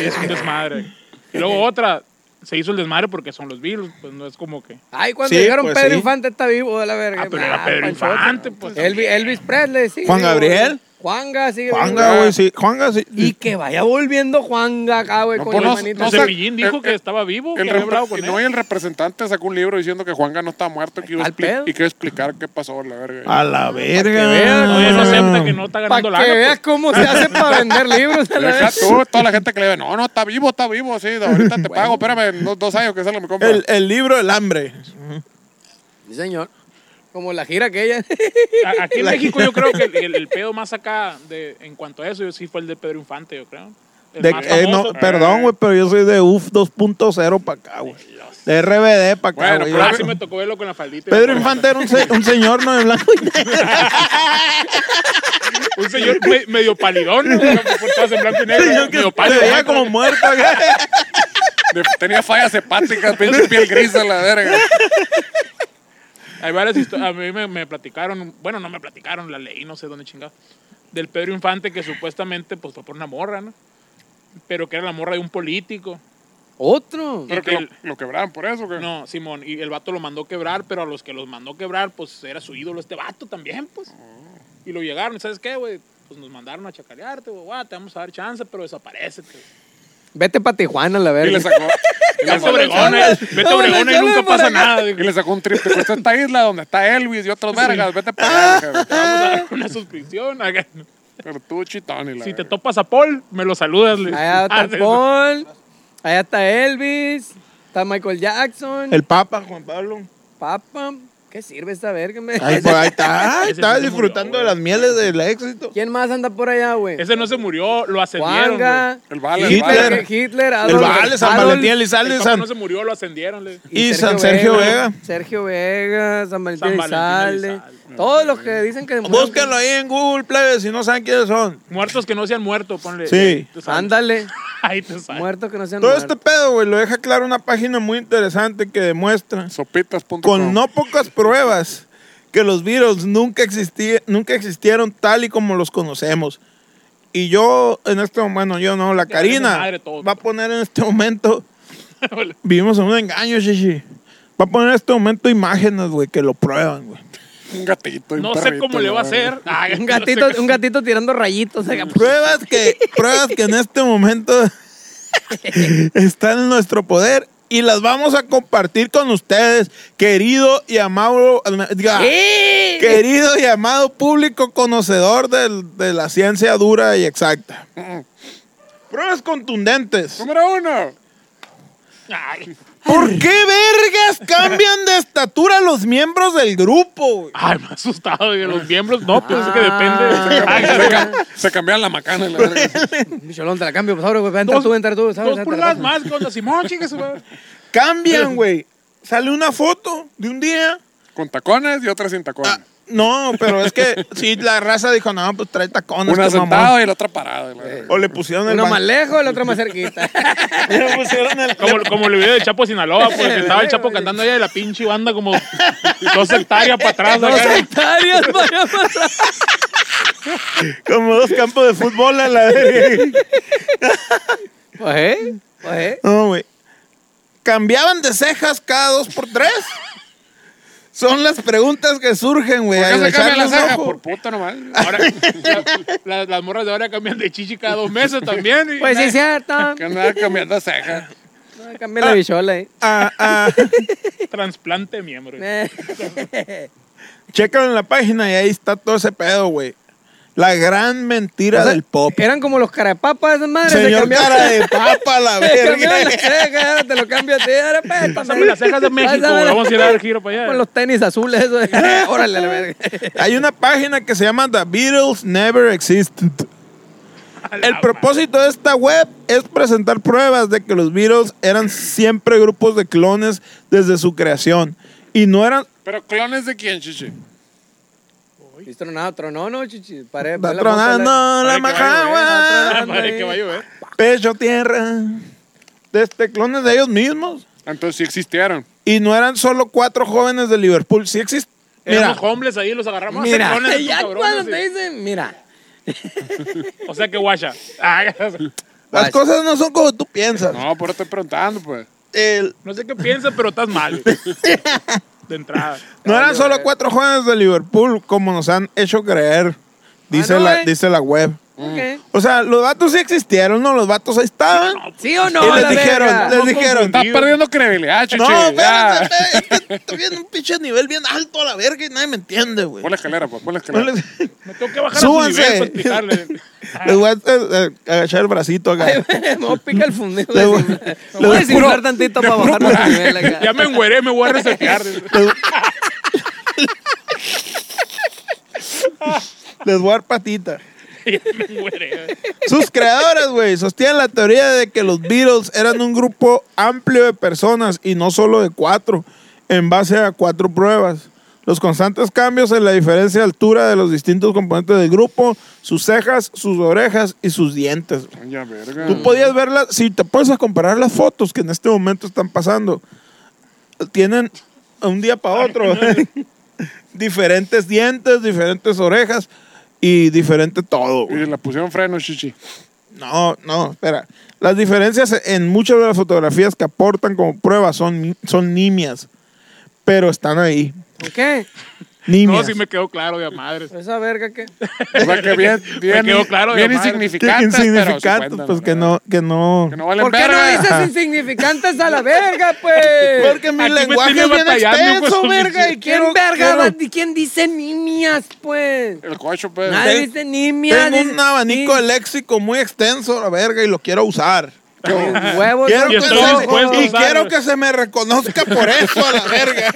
D: hizo un desmadre. Y luego otra, se hizo el desmadre porque son los Beatles, pues no es como que...
B: Ay, cuando
C: Sí,
B: llegaron
C: pues,
B: Pedro
C: sí.
B: Infante está vivo de la verga.
D: Ah, pero era
B: Ah,
D: Pedro
B: panchote.
D: Infante, pues.
B: Elvis, Elvis Presley, sí.
C: Juan
B: vivo,
C: Gabriel.
B: güey. Juanga, sigue vivo.
C: Juanga, güey, sí. Juanga, sí.
B: Y que vaya volviendo Juanga acá, güey,
A: No,
B: con
A: pues,
B: la
A: no-
B: manita.
A: no
D: No
A: sé-
D: Cepillín dijo
A: el-
D: que
A: el-
D: estaba vivo, que
A: El
D: había hablado
A: repre-
D: con
A: y no, y
D: él.
A: el representante sacó un libro diciendo que Juanga no estaba muerto que iba a
B: Al
A: expli-
B: pedo.
A: y que iba a explicar qué pasó, la verga.
C: A la verga.
B: vean.
D: Oye, no acepta que no está
B: Para
D: ganando pues.
B: que
D: la lana,
B: veas cómo se hace para vender libros. a la
A: Deja
B: verga.
A: tú, toda la gente que le ve, no, no, está vivo, está vivo, sí, de ahorita te pago, espérame, en dos, dos años que sale mi compra.
C: El, el libro del hambre.
B: Sí, señor. Como la gira aquella.
D: pues. A- Aquí en
C: La-
D: México yo creo que el, el- el pedo más acá de, en cuanto a eso yo sí fue el de Pedro Infante, yo creo. El
C: De-
D: más
C: eh, no,
D: famoso.
C: perdón, güey, pero yo soy de UF 2.0 para acá, güey. De RBD para acá,
A: Bueno,
C: güey.
A: pero
D: Ah,
C: Yo-
D: sí me tocó verlo con la faldita.
C: Pedro Infante era un, se- un señor, ¿no? De blanco y negro.
D: Un señor me- medio palidón, ¿no? Por todas en blanco y negro.
C: Señor que
D: medio
C: se
D: pálido.
C: veía como muerto. acá.
A: De- tenía fallas hepáticas, pinche piel gris a la verga.
D: Hay varias historias. A mí me, me platicaron, bueno, no me platicaron, la leí, no sé dónde chingado. Del Pedro Infante que supuestamente pues, fue por una morra, ¿no? Pero que era la morra de un político.
B: Otro.
A: Pero que
D: que
A: lo,
D: el-
A: lo quebraron por eso, que
D: No, Simón, y el vato lo mandó quebrar, pero a los que los mandó quebrar, pues era su ídolo este vato también, pues. Y lo llegaron, ¿y ¿sabes qué, güey? Pues nos mandaron a chacalearte, güey, guau, te vamos a dar chance, pero desaparece.
B: Vete para Tijuana, la
A: Y le
B: verga.
A: sacó. y le
D: Vete a
A: sacó-
D: Obregón, eh, vete a Obregón y
B: Vámonos,
D: nunca
B: vámonos
D: pasa
B: por acá.
D: nada.
A: y le sacó un trip. Te costó esta isla donde está Elvis y otros vergas. Vete para allá. dije,
D: Te vamos
B: Ah.
D: a dar una suscripción. acá.
A: Pero tú chitón y la
D: Si te
A: verga.
D: topas a Paul, me lo saludas. le-
B: Allá
D: Ah,
B: está
D: sí,
B: Paul, allá está Elvis, está Michael Jackson.
C: El Papa Juan Pablo.
B: Papa. ¿Qué sirve esta verga, me?
C: Ahí, pues, ahí está, ahí
D: Ese sí
C: está
D: se
C: disfrutando
D: murió,
C: de
D: güey.
C: las mieles del éxito.
B: ¿Quién más anda por allá, güey?
D: Ese no se murió, lo ascendieron.
B: Juanga.
A: El Vale. el
C: Hitler.
A: Vale.
B: Hitler, Hitler,
C: El
B: Adolf,
C: Vale, San
B: Adolf
C: Valentín
D: güey. El
C: Elizalde,
D: Papa
C: San...
D: no se murió, lo ascendieron. le-
C: y San Sergio Vega.
B: Sergio Vega, San Valentín
D: San Valentín
B: Elizalde.
D: Elizalde.
B: Todos los que dicen que se murieron.
C: Búsquenlo ahí en Google, plebe, si no saben quiénes son.
D: Muertos que no se han muerto, ponle.
C: Sí.
D: Te sale.
B: Ándale,
D: Ahí te sale.
B: muertos que no sean
C: Todo
B: muertos.
C: este pedo, güey, lo deja claro una página muy interesante que demuestra,
A: Sopitas.com.
C: con no pocas pruebas, que los virus nunca, existi- nunca existieron tal y como los conocemos. Y yo, en este momento, bueno, yo no, la
D: Ya vale
C: Karina
D: madre todo.
C: va a poner en este momento, vivimos en un engaño, Shishi. Va a poner en este momento imágenes, güey, que lo prueban, güey.
A: Un gatito. y un
D: No sé
A: perrito,
D: cómo le
A: la
D: va a
A: verga.
D: hacer. Ah, Ay,
B: Un
D: no sé
B: gatito,
D: qué-
B: un gatito tirando rayitos. acá.
C: Pruebas que, pruebas que en este momento están en nuestro poder y las vamos a compartir con ustedes, querido y amado, diga,
B: ¡Eh!
C: querido y amado público conocedor del- de la ciencia dura y exacta. Pruebas contundentes.
A: Número uno.
D: Ay.
C: ¿Por qué vergas cambian de estatura los miembros del grupo? güey?
D: Ay, me ha asustado. Y los miembros, no, pues es que
B: Ah.
D: depende.
A: Se,
D: Ay,
A: cam- se cambiaron la macana. y La verga.
B: Michelón, te la cambio, pues ahora, güey. Entra tú, entra tú. ¿sabes?
D: dos pulgadas más con la Simón, chicas.
C: Cambian, güey. Sale una foto de un día
A: Con tacones y otra sin tacones.
C: Ah, no, pero es que sí, la raza dijo, no, pues trae tacones.
A: Una
C: este mamón".
A: sentada y la otra parada. y la verga.
C: O le pusieron el
B: Uno
C: ban-
B: más lejos, el otro más cerquita.
C: Le pusieron el-
D: Como, como el video de Chapo Sinaloa, porque estaba el Chapo cantando allá de la pinche banda como dos hectáreas para atrás.
B: Dos
D: acá.
B: hectáreas para atrás.
C: como dos campos de fútbol a la verga.
B: Pues, ¿eh? Pues, ¿eh?
C: No, güey. Cambiaban de cejas cada dos por tres. Son las preguntas que surgen, güey.
A: ¿Por
C: al
A: qué se cambian
C: Eh, echarle
A: las
C: un
A: cejas?
C: ojo.
A: Por puta nomás.
D: Ahora, la- la- las morras de ahora cambian de chichi cada dos meses también. y-
B: Pues sí, es cierto.
A: Que andaba cambiando cejas.
B: Cambia la bichola, eh.
C: Ah, ah.
D: Transplante de miembro.
B: Eh.
C: Chécalo en la página y ahí está todo ese pedo, güey. La gran mentira
B: O sea,
C: del pop.
B: Eran como los carapapas, esas madres. se
C: Señor
B: cambiaban-
C: cara de papa, la
B: se cambiaban
C: verga.
B: las cejas, ahora te lo cambio a ti. Ahora, pues,
D: Pásame las cejas de México.
B: Pásame
D: güey,
B: las-
D: Vamos a ir a dar giro para
B: Con
D: allá.
B: los tenis azules, eso. Órale, la verga.
C: Hay una página que se llama The Beatles Never Existed. El propósito de esta web es presentar pruebas de que los Beatles eran siempre grupos de clones desde su creación. Y no eran...
A: Pero clones de quién, chichi.
B: Y tronado, tronó, no, chichi. Paré,
C: Va
B: paré la moto, la-
C: tronando la
D: Ay, qué barrio,
B: eh.
C: majagua,
D: Ah, madre, que va a llover.
C: pecho tierra. Desde clones de ellos mismos.
A: Entonces sí existieron.
C: Y no eran solo cuatro jóvenes de Liverpool. Sí existen... Mira,
D: Éramos homeless ahí, los agarramos a
B: Mira,
D: sacones,
B: ya
D: cabrones,
B: cuando
D: y-
B: te dicen, mira.
D: O sea que guacha. Ah,
C: las cosas no son como tú piensas.
A: No, pero estoy preguntando, pues.
C: El-
D: no sé qué piensas, pero estás mal. De entrada.
C: no eran
B: Vale,
C: solo
B: vale.
C: cuatro jóvenes de Liverpool como nos han hecho creer. Dice,
B: no,
C: la,
B: eh.
C: dice la web.
B: ok.
C: O sea, los vatos sí existieron, ¿no? Los vatos ahí estaban.
B: ¿Sí o no?
C: y
B: la
C: les dijeron,
B: verga?
C: les
D: No
C: dijeron.
A: Estás perdiendo credibilidad, chichi.
C: No, espérate,
A: Ya.
C: espérate, es que estoy en un pinche nivel bien alto a la verga y nadie me entiende, güey.
A: Pon la escalera, pues. Pon la
C: No
A: escalera.
C: les,
D: Me tengo que bajar
C: Súbanse.
D: a su nivel para explicarle.
C: les voy a eh, eh, agachar el bracito acá.
B: Me voy a picar el fundillo.
C: Le
B: Le
C: voy-
B: voy,
C: le voy-
B: a desinflar tantito para bajar la nivel acá.
D: Ya me engueré, me voy a resetear.
C: Les voy a dar patita.
D: Ya me engueré.
C: Sus creadores, güey, sostienen la teoría de que los Beatles eran un grupo amplio de personas y no solo de cuatro, en base a cuatro pruebas. Los constantes cambios en la diferencia de altura de los distintos componentes del grupo, sus cejas, sus orejas y sus dientes.
A: Ya, verga.
C: Tú podías verlas, si te puedes a comparar las fotos que en este momento están pasando, tienen un día para otro diferentes dientes, diferentes orejas y diferente todo. güey.
A: Y le pusieron freno, chichi.
C: No, no, espera. Las diferencias en muchas de las fotografías que aportan como prueba son, son nimias, pero están ahí.
B: ¿Por qué?
C: Nimias.
D: No, sí me quedó claro, de madres.
B: Esa verga que.
A: O sea, que bien, bien,
D: quedó claro,
A: bien
D: mi madre.
C: Que
A: insignificantes, pero
C: insignificantes,
A: sí cuentan,
C: pues que
A: ¿verdad?
C: no, que no.
A: Que no valen
B: ¿Por qué no
A: verga.
B: dices insignificantes a la verga, pues?
C: Porque mi
D: Aquí me
C: lenguaje
D: tiene
C: es bien
D: batallando, hijo
C: extenso,
D: de su
C: verga.
D: pinche-
B: ¿Quién
C: Y quiero,
B: verga
C: quiero-
B: va- di- ¿Quién dice nimias, pues?
A: El cocho, pues.
B: Nadie dice nimias.
C: Tengo
B: dice-
C: un abanico de
B: sí.
C: léxico muy extenso, la verga, y lo quiero usar.
B: Mis huevos.
C: Quiero
B: son
D: Y
C: que, se
D: estoy
B: rojos.
D: dispuesto
C: me,
D: a
C: y
D: usar-
C: quiero que se me reconozca por eso, a la verga.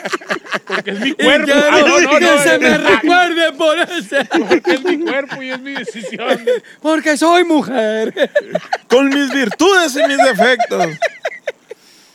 D: Porque es mi
B: Y
D: cuerpo.
B: quiero
D: Ay, no, no,
B: que
D: no,
B: se
D: no,
B: me
D: no.
B: recuerde por eso.
D: Porque es mi cuerpo y es mi decisión.
B: Porque soy mujer.
C: Con mis virtudes y mis defectos.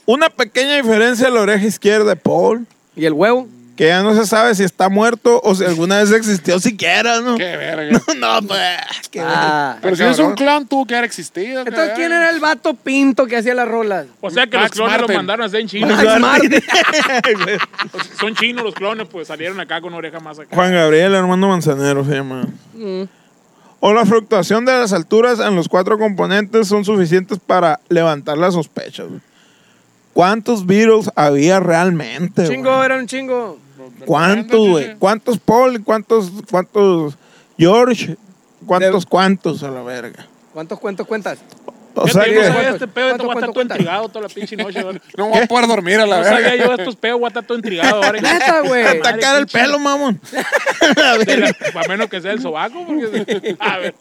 C: Una pequeña diferencia en la oreja izquierda de Paul,
B: ¿Y el huevo?
C: que ya no se sabe si está muerto o si alguna vez existió siquiera, ¿no?
A: Qué verga.
C: No, pues. qué
B: Ah.
A: Pero si
C: Ah,
A: es un
C: cabrón.
A: clon, tuvo que haber existido.
B: Entonces,
A: cabrón.
B: ¿quién era el vato pinto que hacía las rolas?
D: O sea que
A: Max
D: los clones
A: Martin.
D: lo mandaron a hacer en China.
B: Max Martin.
D: O sea, Son chinos los clones, pues salieron acá con oreja más acá.
C: Juan Gabriel Armando Manzanero se llama. O la fluctuación de las alturas en los cuatro componentes son suficientes para levantar las sospechas. güey. ¿Cuántos Beatles había realmente? güey?
B: Chingo, era un chingo.
C: ¿Cuántos, güey? ¿Cuántos Paul? ¿Cuántos, cuántos George? ¿Cuántos, cuántos a la verga?
B: ¿Cuántos cuentos cuentas?
C: O sea
D: Fíjate, yo no
C: que
D: sabía este pedo,
B: ¿Cuánto,
D: esto voy a estar
B: cuánto
D: todo
B: cuenta?
D: intrigado toda la pinche noche. ¿verdad?
A: No voy a poder dormir a la
D: No
A: verga.
D: sabía yo estos pedos, voy a estar todo intrigado ahora.
B: Neta, güey.
D: Madre,
C: atacar el
D: pinche-
C: pelo, mamón.
D: de la- A menos que sea el sobaco. Porque, a ver,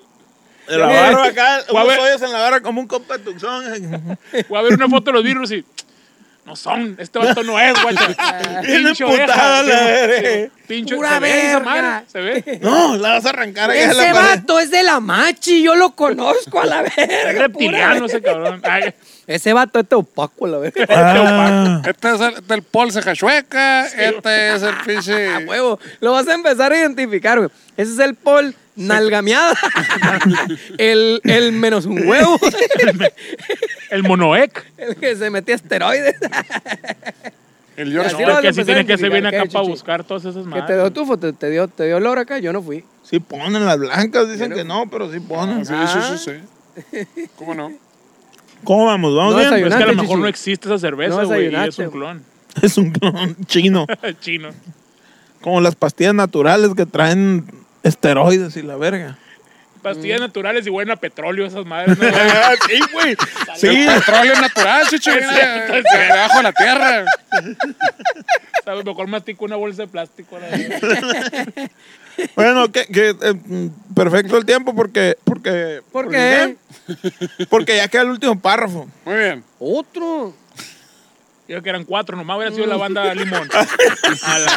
C: De la barba acá,
D: Voy a
C: unos
D: ver.
C: hoyos en la barba como un compa de tuxón.
D: voy a ver una foto de los virus y. No son, este vato no es, guacha.
C: Bien
D: Pinche oreja,
C: emputada la
D: sí,
C: verga.
D: sí, Pinche
B: Ah. Pura
D: ¿se ve esa
B: verga.
D: madre? ¿Se ve?
C: No, la vas a arrancar allá en
B: Ese
C: la pared.
B: vato es de la machi, yo lo conozco a la verga.
D: Es reptiliano ese cabrón. Ay,
B: Ese vato es teupaco a la verga.
C: Ah.
A: Este es el del Paul Cejachueca. Este es el
B: Ah,
A: pinche.
B: Huevo, lo vas a empezar a identificar, güey. Ese es el Paul nalgameada. el, el menos un huevo.
D: el monoec.
B: el que se metía esteroides.
A: El George.
B: Así
A: Floyd.
B: lo-
D: que
B: empezar
D: sí
B: a
D: tiene que ser bien
B: identificar,
D: acá
B: ¿qué,
D: para
B: Chuchi?
D: buscar todas esas
B: que te
D: madres.
B: dio tu foto, te dio, te dio olor acá, yo no fui.
C: Sí ponen las blancas, dicen que no, pero sí ponen.
A: Sí, sí, sí, sí. ¿Cómo no?
C: ¿Cómo vamos? ¿Vamos
B: No
C: bien?
D: Pero es que a lo
B: Ayunaste,
D: mejor
B: Chuchi.
D: no existe esa cerveza,
B: No
D: güey, y es
B: desayunaste,
D: un
B: güey.
D: clon.
C: Pues, Es un clon chino.
D: Chino.
C: Como las pastillas naturales que traen esteroides y la verga.
B: Mm.
D: Pastillas naturales y huelen a petróleo esas madres. ¿no?
C: sí, güey. Sí.
A: El petróleo es natural, chicho. viene de- de Debajo de la tierra.
D: ¿Sabes? Mejor mastico una bolsa de plástico. la verdad.
C: Bueno, que, que, eh, mm, perfecto el tiempo porque... porque
B: ¿Por qué?
C: Porque ya queda el último párrafo.
A: Muy bien.
B: Otro.
D: Yo que eran cuatro, nomás hubiera
B: Mm.
D: sido la banda Limón.
B: Ah,
D: A la-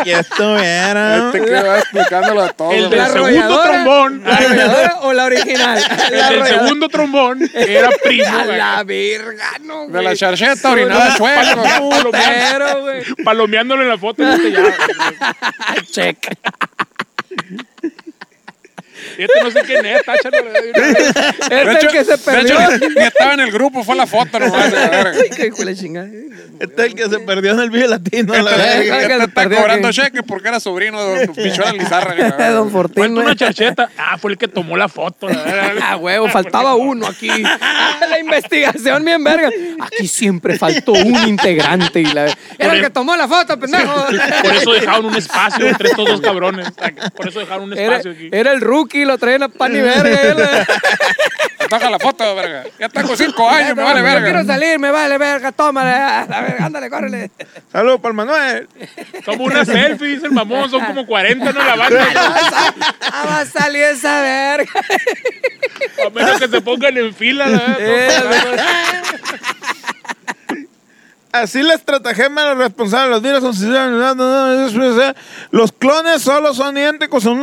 C: Aquí estuviera.
A: Te quedo explicándolo a todos.
D: el
A: güey.
D: del
B: La
D: segundo
B: arrolladora.
D: trombón.
B: ¿La arrolladora o la original? La
D: Ah. El del
B: arrolladora.
D: segundo trombón era primo.
B: A
D: güey.
B: la verga, no, güey.
A: De la charcheta orinada chueco.
B: Putero, güey.
D: Palomeándole en la foto. y este, ya,
B: Check.
D: y este no sé quién es, táchalo. güey.
B: Es Este el que se
A: de
B: perdió.
A: hecho, ni estaba en el grupo, fue la foto nomás. la verga.
B: Qué hijo de la chingada.
C: Este es el que se perdió en el video latino, la
B: verga.
C: verga.
A: Este
B: se
A: está
B: perdió,
A: cobrando
B: ¿qué?
A: cheque porque era sobrino de don Pichón Lizarra. la
B: De Don
A: verga.
B: Fortín.
D: Falta
B: güey.
D: una charcheta. Ah, fue el que tomó la foto. la verdad.
B: Ah, huevo, faltaba uno aquí. Ah, La investigación, bien verga. Aquí siempre faltó un integrante. Y la... Era el que tomó la foto, pendejo.
D: Por eso dejaron un espacio entre estos dos cabrones. Por eso dejaron un
B: Era,
D: espacio aquí.
B: era el rookie, lo traían a pan y verga. y él-
A: Toca la foto, verga. Ya tengo cinco años, me vale
B: No quiero
A: verga.
B: salir, me vale verga. Tómale, a la verga, ándale, córrele.
C: Saludos para el Manuel.
D: Como una selfie, dice el mamón. Son como 40 en la banda.
B: Ah, va a salir esa verga.
D: A menos que se pongan en fila. la
B: Eh,
D: verdad.
C: Así la estratagema de los responsables de los virus los clones solo son idénticos en un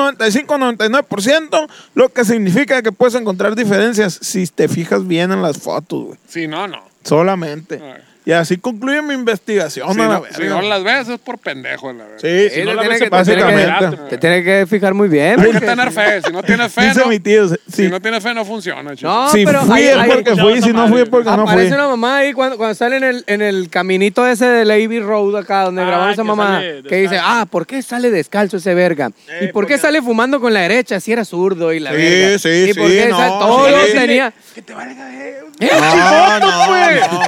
C: 95-99%, lo que significa que puedes encontrar diferencias si te fijas bien en las fotos, güey.
A: Sí, no, no.
C: Solamente.
A: A ver.
C: Y así concluye mi investigación.
A: Si
C: a la
A: no,
C: verga.
A: si no las ves es por pendejo, la verdad.
C: Sí,
B: Sí,
C: si no
B: te
C: la
B: tiene
C: ves,
B: que- te tiene que-
C: básicamente.
B: Te tienes que fijar muy bien.
A: Hay que
B: porque-
A: tener fe. Si no tienes fe,
C: Dice
A: no,
C: mi tío, sí.
A: si no tienes fe, no funciona, chico.
B: No,
C: si
B: pero
C: fui
B: hay-
C: es
B: hay-
C: porque fui, si no fui es porque no fui.
B: Aparece una mamá ahí cuando, cuando sale en el, en el caminito ese de Lady Road acá donde
D: Ah,
B: grabamos esa
D: que
B: mamá
D: sale
B: que dice,
D: descalzo. Eh,
B: ah, ¿por qué sale descalzo ese verga? ¿Y por qué sale fumando con la derecha si era zurdo y la
C: Sí,
B: verga?
C: sí,
B: ¿Y por
C: sí,
B: qué
C: no,
B: sal- todo
C: sí.
B: lo tenía?
D: Que te valga eh.
B: ¡Eh,
C: No, no, no.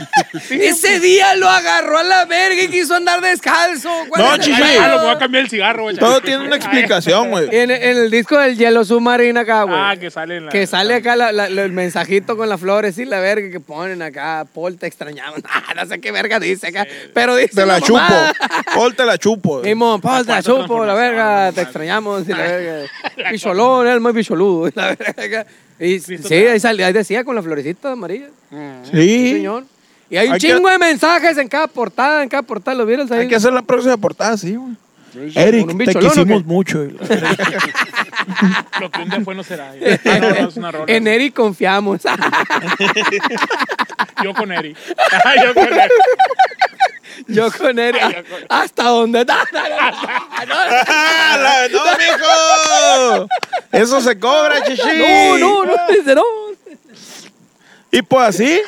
B: Ese día lo agarró a la verga y quiso andar descalzo. ¿Cuál
C: No,
B: es el
C: chichi.
B: pedo?
D: Ah, lo voy a cambiar el cigarro, güey.
C: Todo tiene una explicación, güey.
B: En, en el disco del Hielo Submarino acá, güey.
D: Ah, que sale en la-
B: Que sale acá la- la- la- el mensajito con las flores y la verga que ponen acá. Paul, te extrañaba. Ah, no sé qué verga dice acá. Pero dice.
C: Te la
B: la mamá.
C: chupo. Paul te la chupo.
B: Simón, Paul, te la
D: Cuarta
B: chupo, la
D: transformación,
B: verga.
D: no
B: Te
D: mames.
B: extrañamos y la verga. Picholón, era el más picholudo. y La verga. Y sí, ahí, sale- ahí decía con las florecitas amarillas. Sí,
C: Sí.
B: señor. Y hay un
C: Hay que-
B: chingo de mensajes en cada portada, en cada portada. ¿Lo vieron ahí?
C: Hay que hacer la próxima portada, sí, güey.
B: ¿Con
C: Eric,
B: un
C: te
B: bicholón o
C: quisimos
B: qué?
C: mucho. y la-
D: Lo que un día fue no será. eh. Ah, no, no, es una rola.
B: En Eric confiamos.
D: Yo con Eri. Yo con Eri.
B: Yo con él.
D: Ay, Ah, yo con él.
B: ¿Hasta dónde? No, no, no, no,
C: ¡Ah, la- ¡No, mijo! Eso se cobra, chichi.
B: No, no, no, dice, no.
C: Y pues así,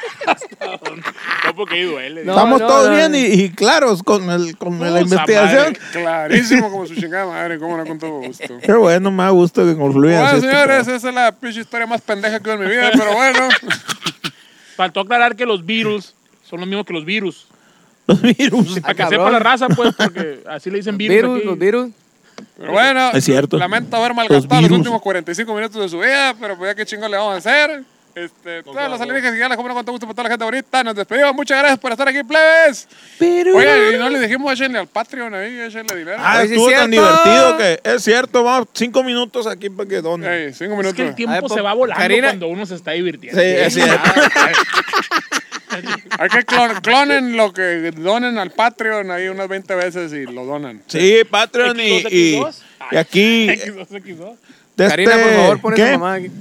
D: No, porque ahí duele.
B: No,
C: estamos todos
B: no.
C: bien y, y claros con, el, con la
D: Puta
C: investigación.
D: madre.
A: Clarísimo como su chingada madre, cómo no con todo gusto.
C: Pero bueno, me da gusto que concluyan.
A: Bueno,
C: así este
A: señores,
C: pedo.
A: esa es la pinche historia más pendeja que he oído en mi vida, pero bueno.
D: Faltó aclarar que los virus son los mismos que los virus.
C: Los virus.
D: Para que
B: Ah, cabrón.
D: sepa la raza, pues, porque así le dicen virus.
B: Virus,
D: aquí.
B: los virus.
A: Pero bueno,
C: Es cierto.
A: lamento haber
C: Los
A: malgastado los,
C: virus.
A: últimos 45 minutos de su vida, pero pues ya qué chingo le vamos a hacer. Este, todos los alienígenas y ya les como no con todo gusto para toda la gente bonita. Nos despedimos. Muchas gracias por estar aquí, plebes.
B: Pero.
A: Oye, y no le dijimos échenle al Patreon ahí, échenle dinero.
C: Ah,
B: Oye, sí es
C: estuvo tan
B: cierto.
C: divertido que es cierto. Vamos, cinco minutos aquí para que donen.
A: Ey, cinco
D: Es
A: minutos.
D: que el
B: Ay,
D: tiempo
B: po-
D: se va volando
B: Ah, pues, Karina-
D: cuando uno se está divirtiendo.
C: Sí, es cierto.
B: Ah,
A: Hay que clon- clonen lo que donen al Patreon ahí unas 20 veces y lo donan.
C: Sí, Patreon y,
D: X2,
C: y,
D: X2.
C: y aquí. eh,
D: X2, X2.
C: de
B: Karina, por
C: este-
B: favor, pon
C: ¿qué?
B: esa mamá aquí.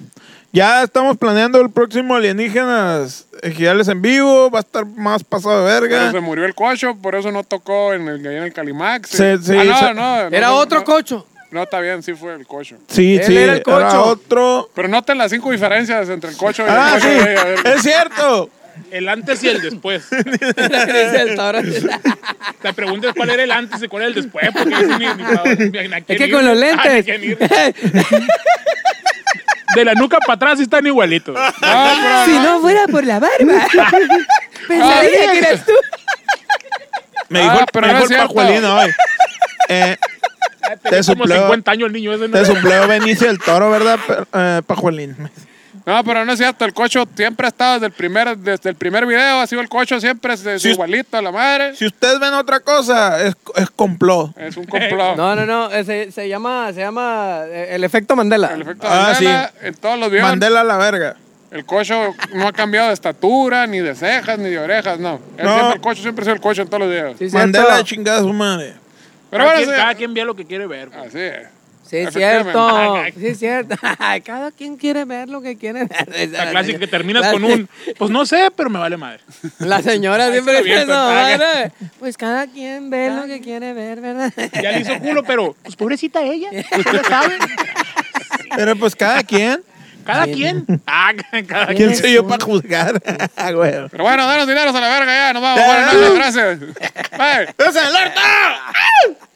C: Ya estamos planeando el próximo Alienígenas Ejidales en vivo. Va a estar más pasado de
A: Pero se
C: verga.
A: murió el cocho, por eso no tocó en el, ahí en el Calimax.
C: Se- sí,
A: Ah, no,
C: se-
A: no, no,
B: Era
A: no,
B: otro
A: no,
B: cocho.
A: No, está bien, sí fue el cocho.
C: Sí,
B: Él
C: sí.
B: era el cocho.
C: otro.
A: Pero noten las cinco diferencias entre el cocho y
C: Ah,
A: el
C: sí.
A: cocho. güey, a ver.
C: Es cierto.
D: El antes y el después. La pregunta es cuál era el antes y cuál era el después. Porque ese ni, ni pa- ni a- ni a
B: Es
D: quién
B: que
D: ir.
B: con los
D: Ah, ni a
B: lentes.
D: quién ir. De la nuca para atrás sí están igualitos.
A: No, pero
B: si no fuera por la barba, pensaría que eras tú.
C: Me
A: Ah,
C: dijo, el-
A: pero
C: me
A: no
C: dijo
A: es
C: el
A: cierto.
C: Pajuelín hoy. Eh,
D: Tenía como
C: supleo.
D: 50 años el niño ese. ¿no?
C: te supleo Benicio del Toro, ¿verdad, pe- eh, Pajuelín?
A: No, pero no es cierto, el cocho siempre ha estado desde el primer, desde el primer video, ha sido el cocho siempre es, es
C: Sí.
A: igualito a la madre.
C: Si ustedes ven otra cosa, es, es complot.
A: Es un complot.
B: No, no, no. eh, Se, se llama, se llama eh, el efecto Mandela.
A: El efecto
C: Ah,
A: Mandela, en todos los videos,
C: Mandela a la verga.
A: el cocho no ha cambiado de estatura, ni de cejas, ni de orejas, no. Él
C: No.
A: siempre- el cocho siempre ha sido el cocho en todos los videos.
B: Sí,
C: Mandela de
B: cierto.
C: chingada su madre.
A: Pero
D: cada,
A: bueno,
D: quien,
A: sí.
D: cada quien ve lo que quiere ver. pues.
A: Así es.
B: Sí, es
A: Efectivamente.
B: cierto.
D: Ay, ay.
B: Sí, es cierto. Cada quien quiere ver lo que quiere ver.
D: La clásica que terminas con un, pues no sé, pero me vale madre.
B: La señora siempre
D: Ahí se la
B: dice eso,
D: avientan,
B: ¿verdad? Pues cada quien ve lo que quiere ver, ¿verdad?
D: Ya le hizo culo, pero pues pobrecita ella, ya saben.
C: Pero pues cada quien.
D: Cada quien. Ah, cada quien.
C: ¿Quién soy yo para juzgar? Ah, güey.
A: Pero bueno, danos dineros a la verga ya, nos vamos. Buenas noches, gracias. Bye.
C: ¡Es el orto!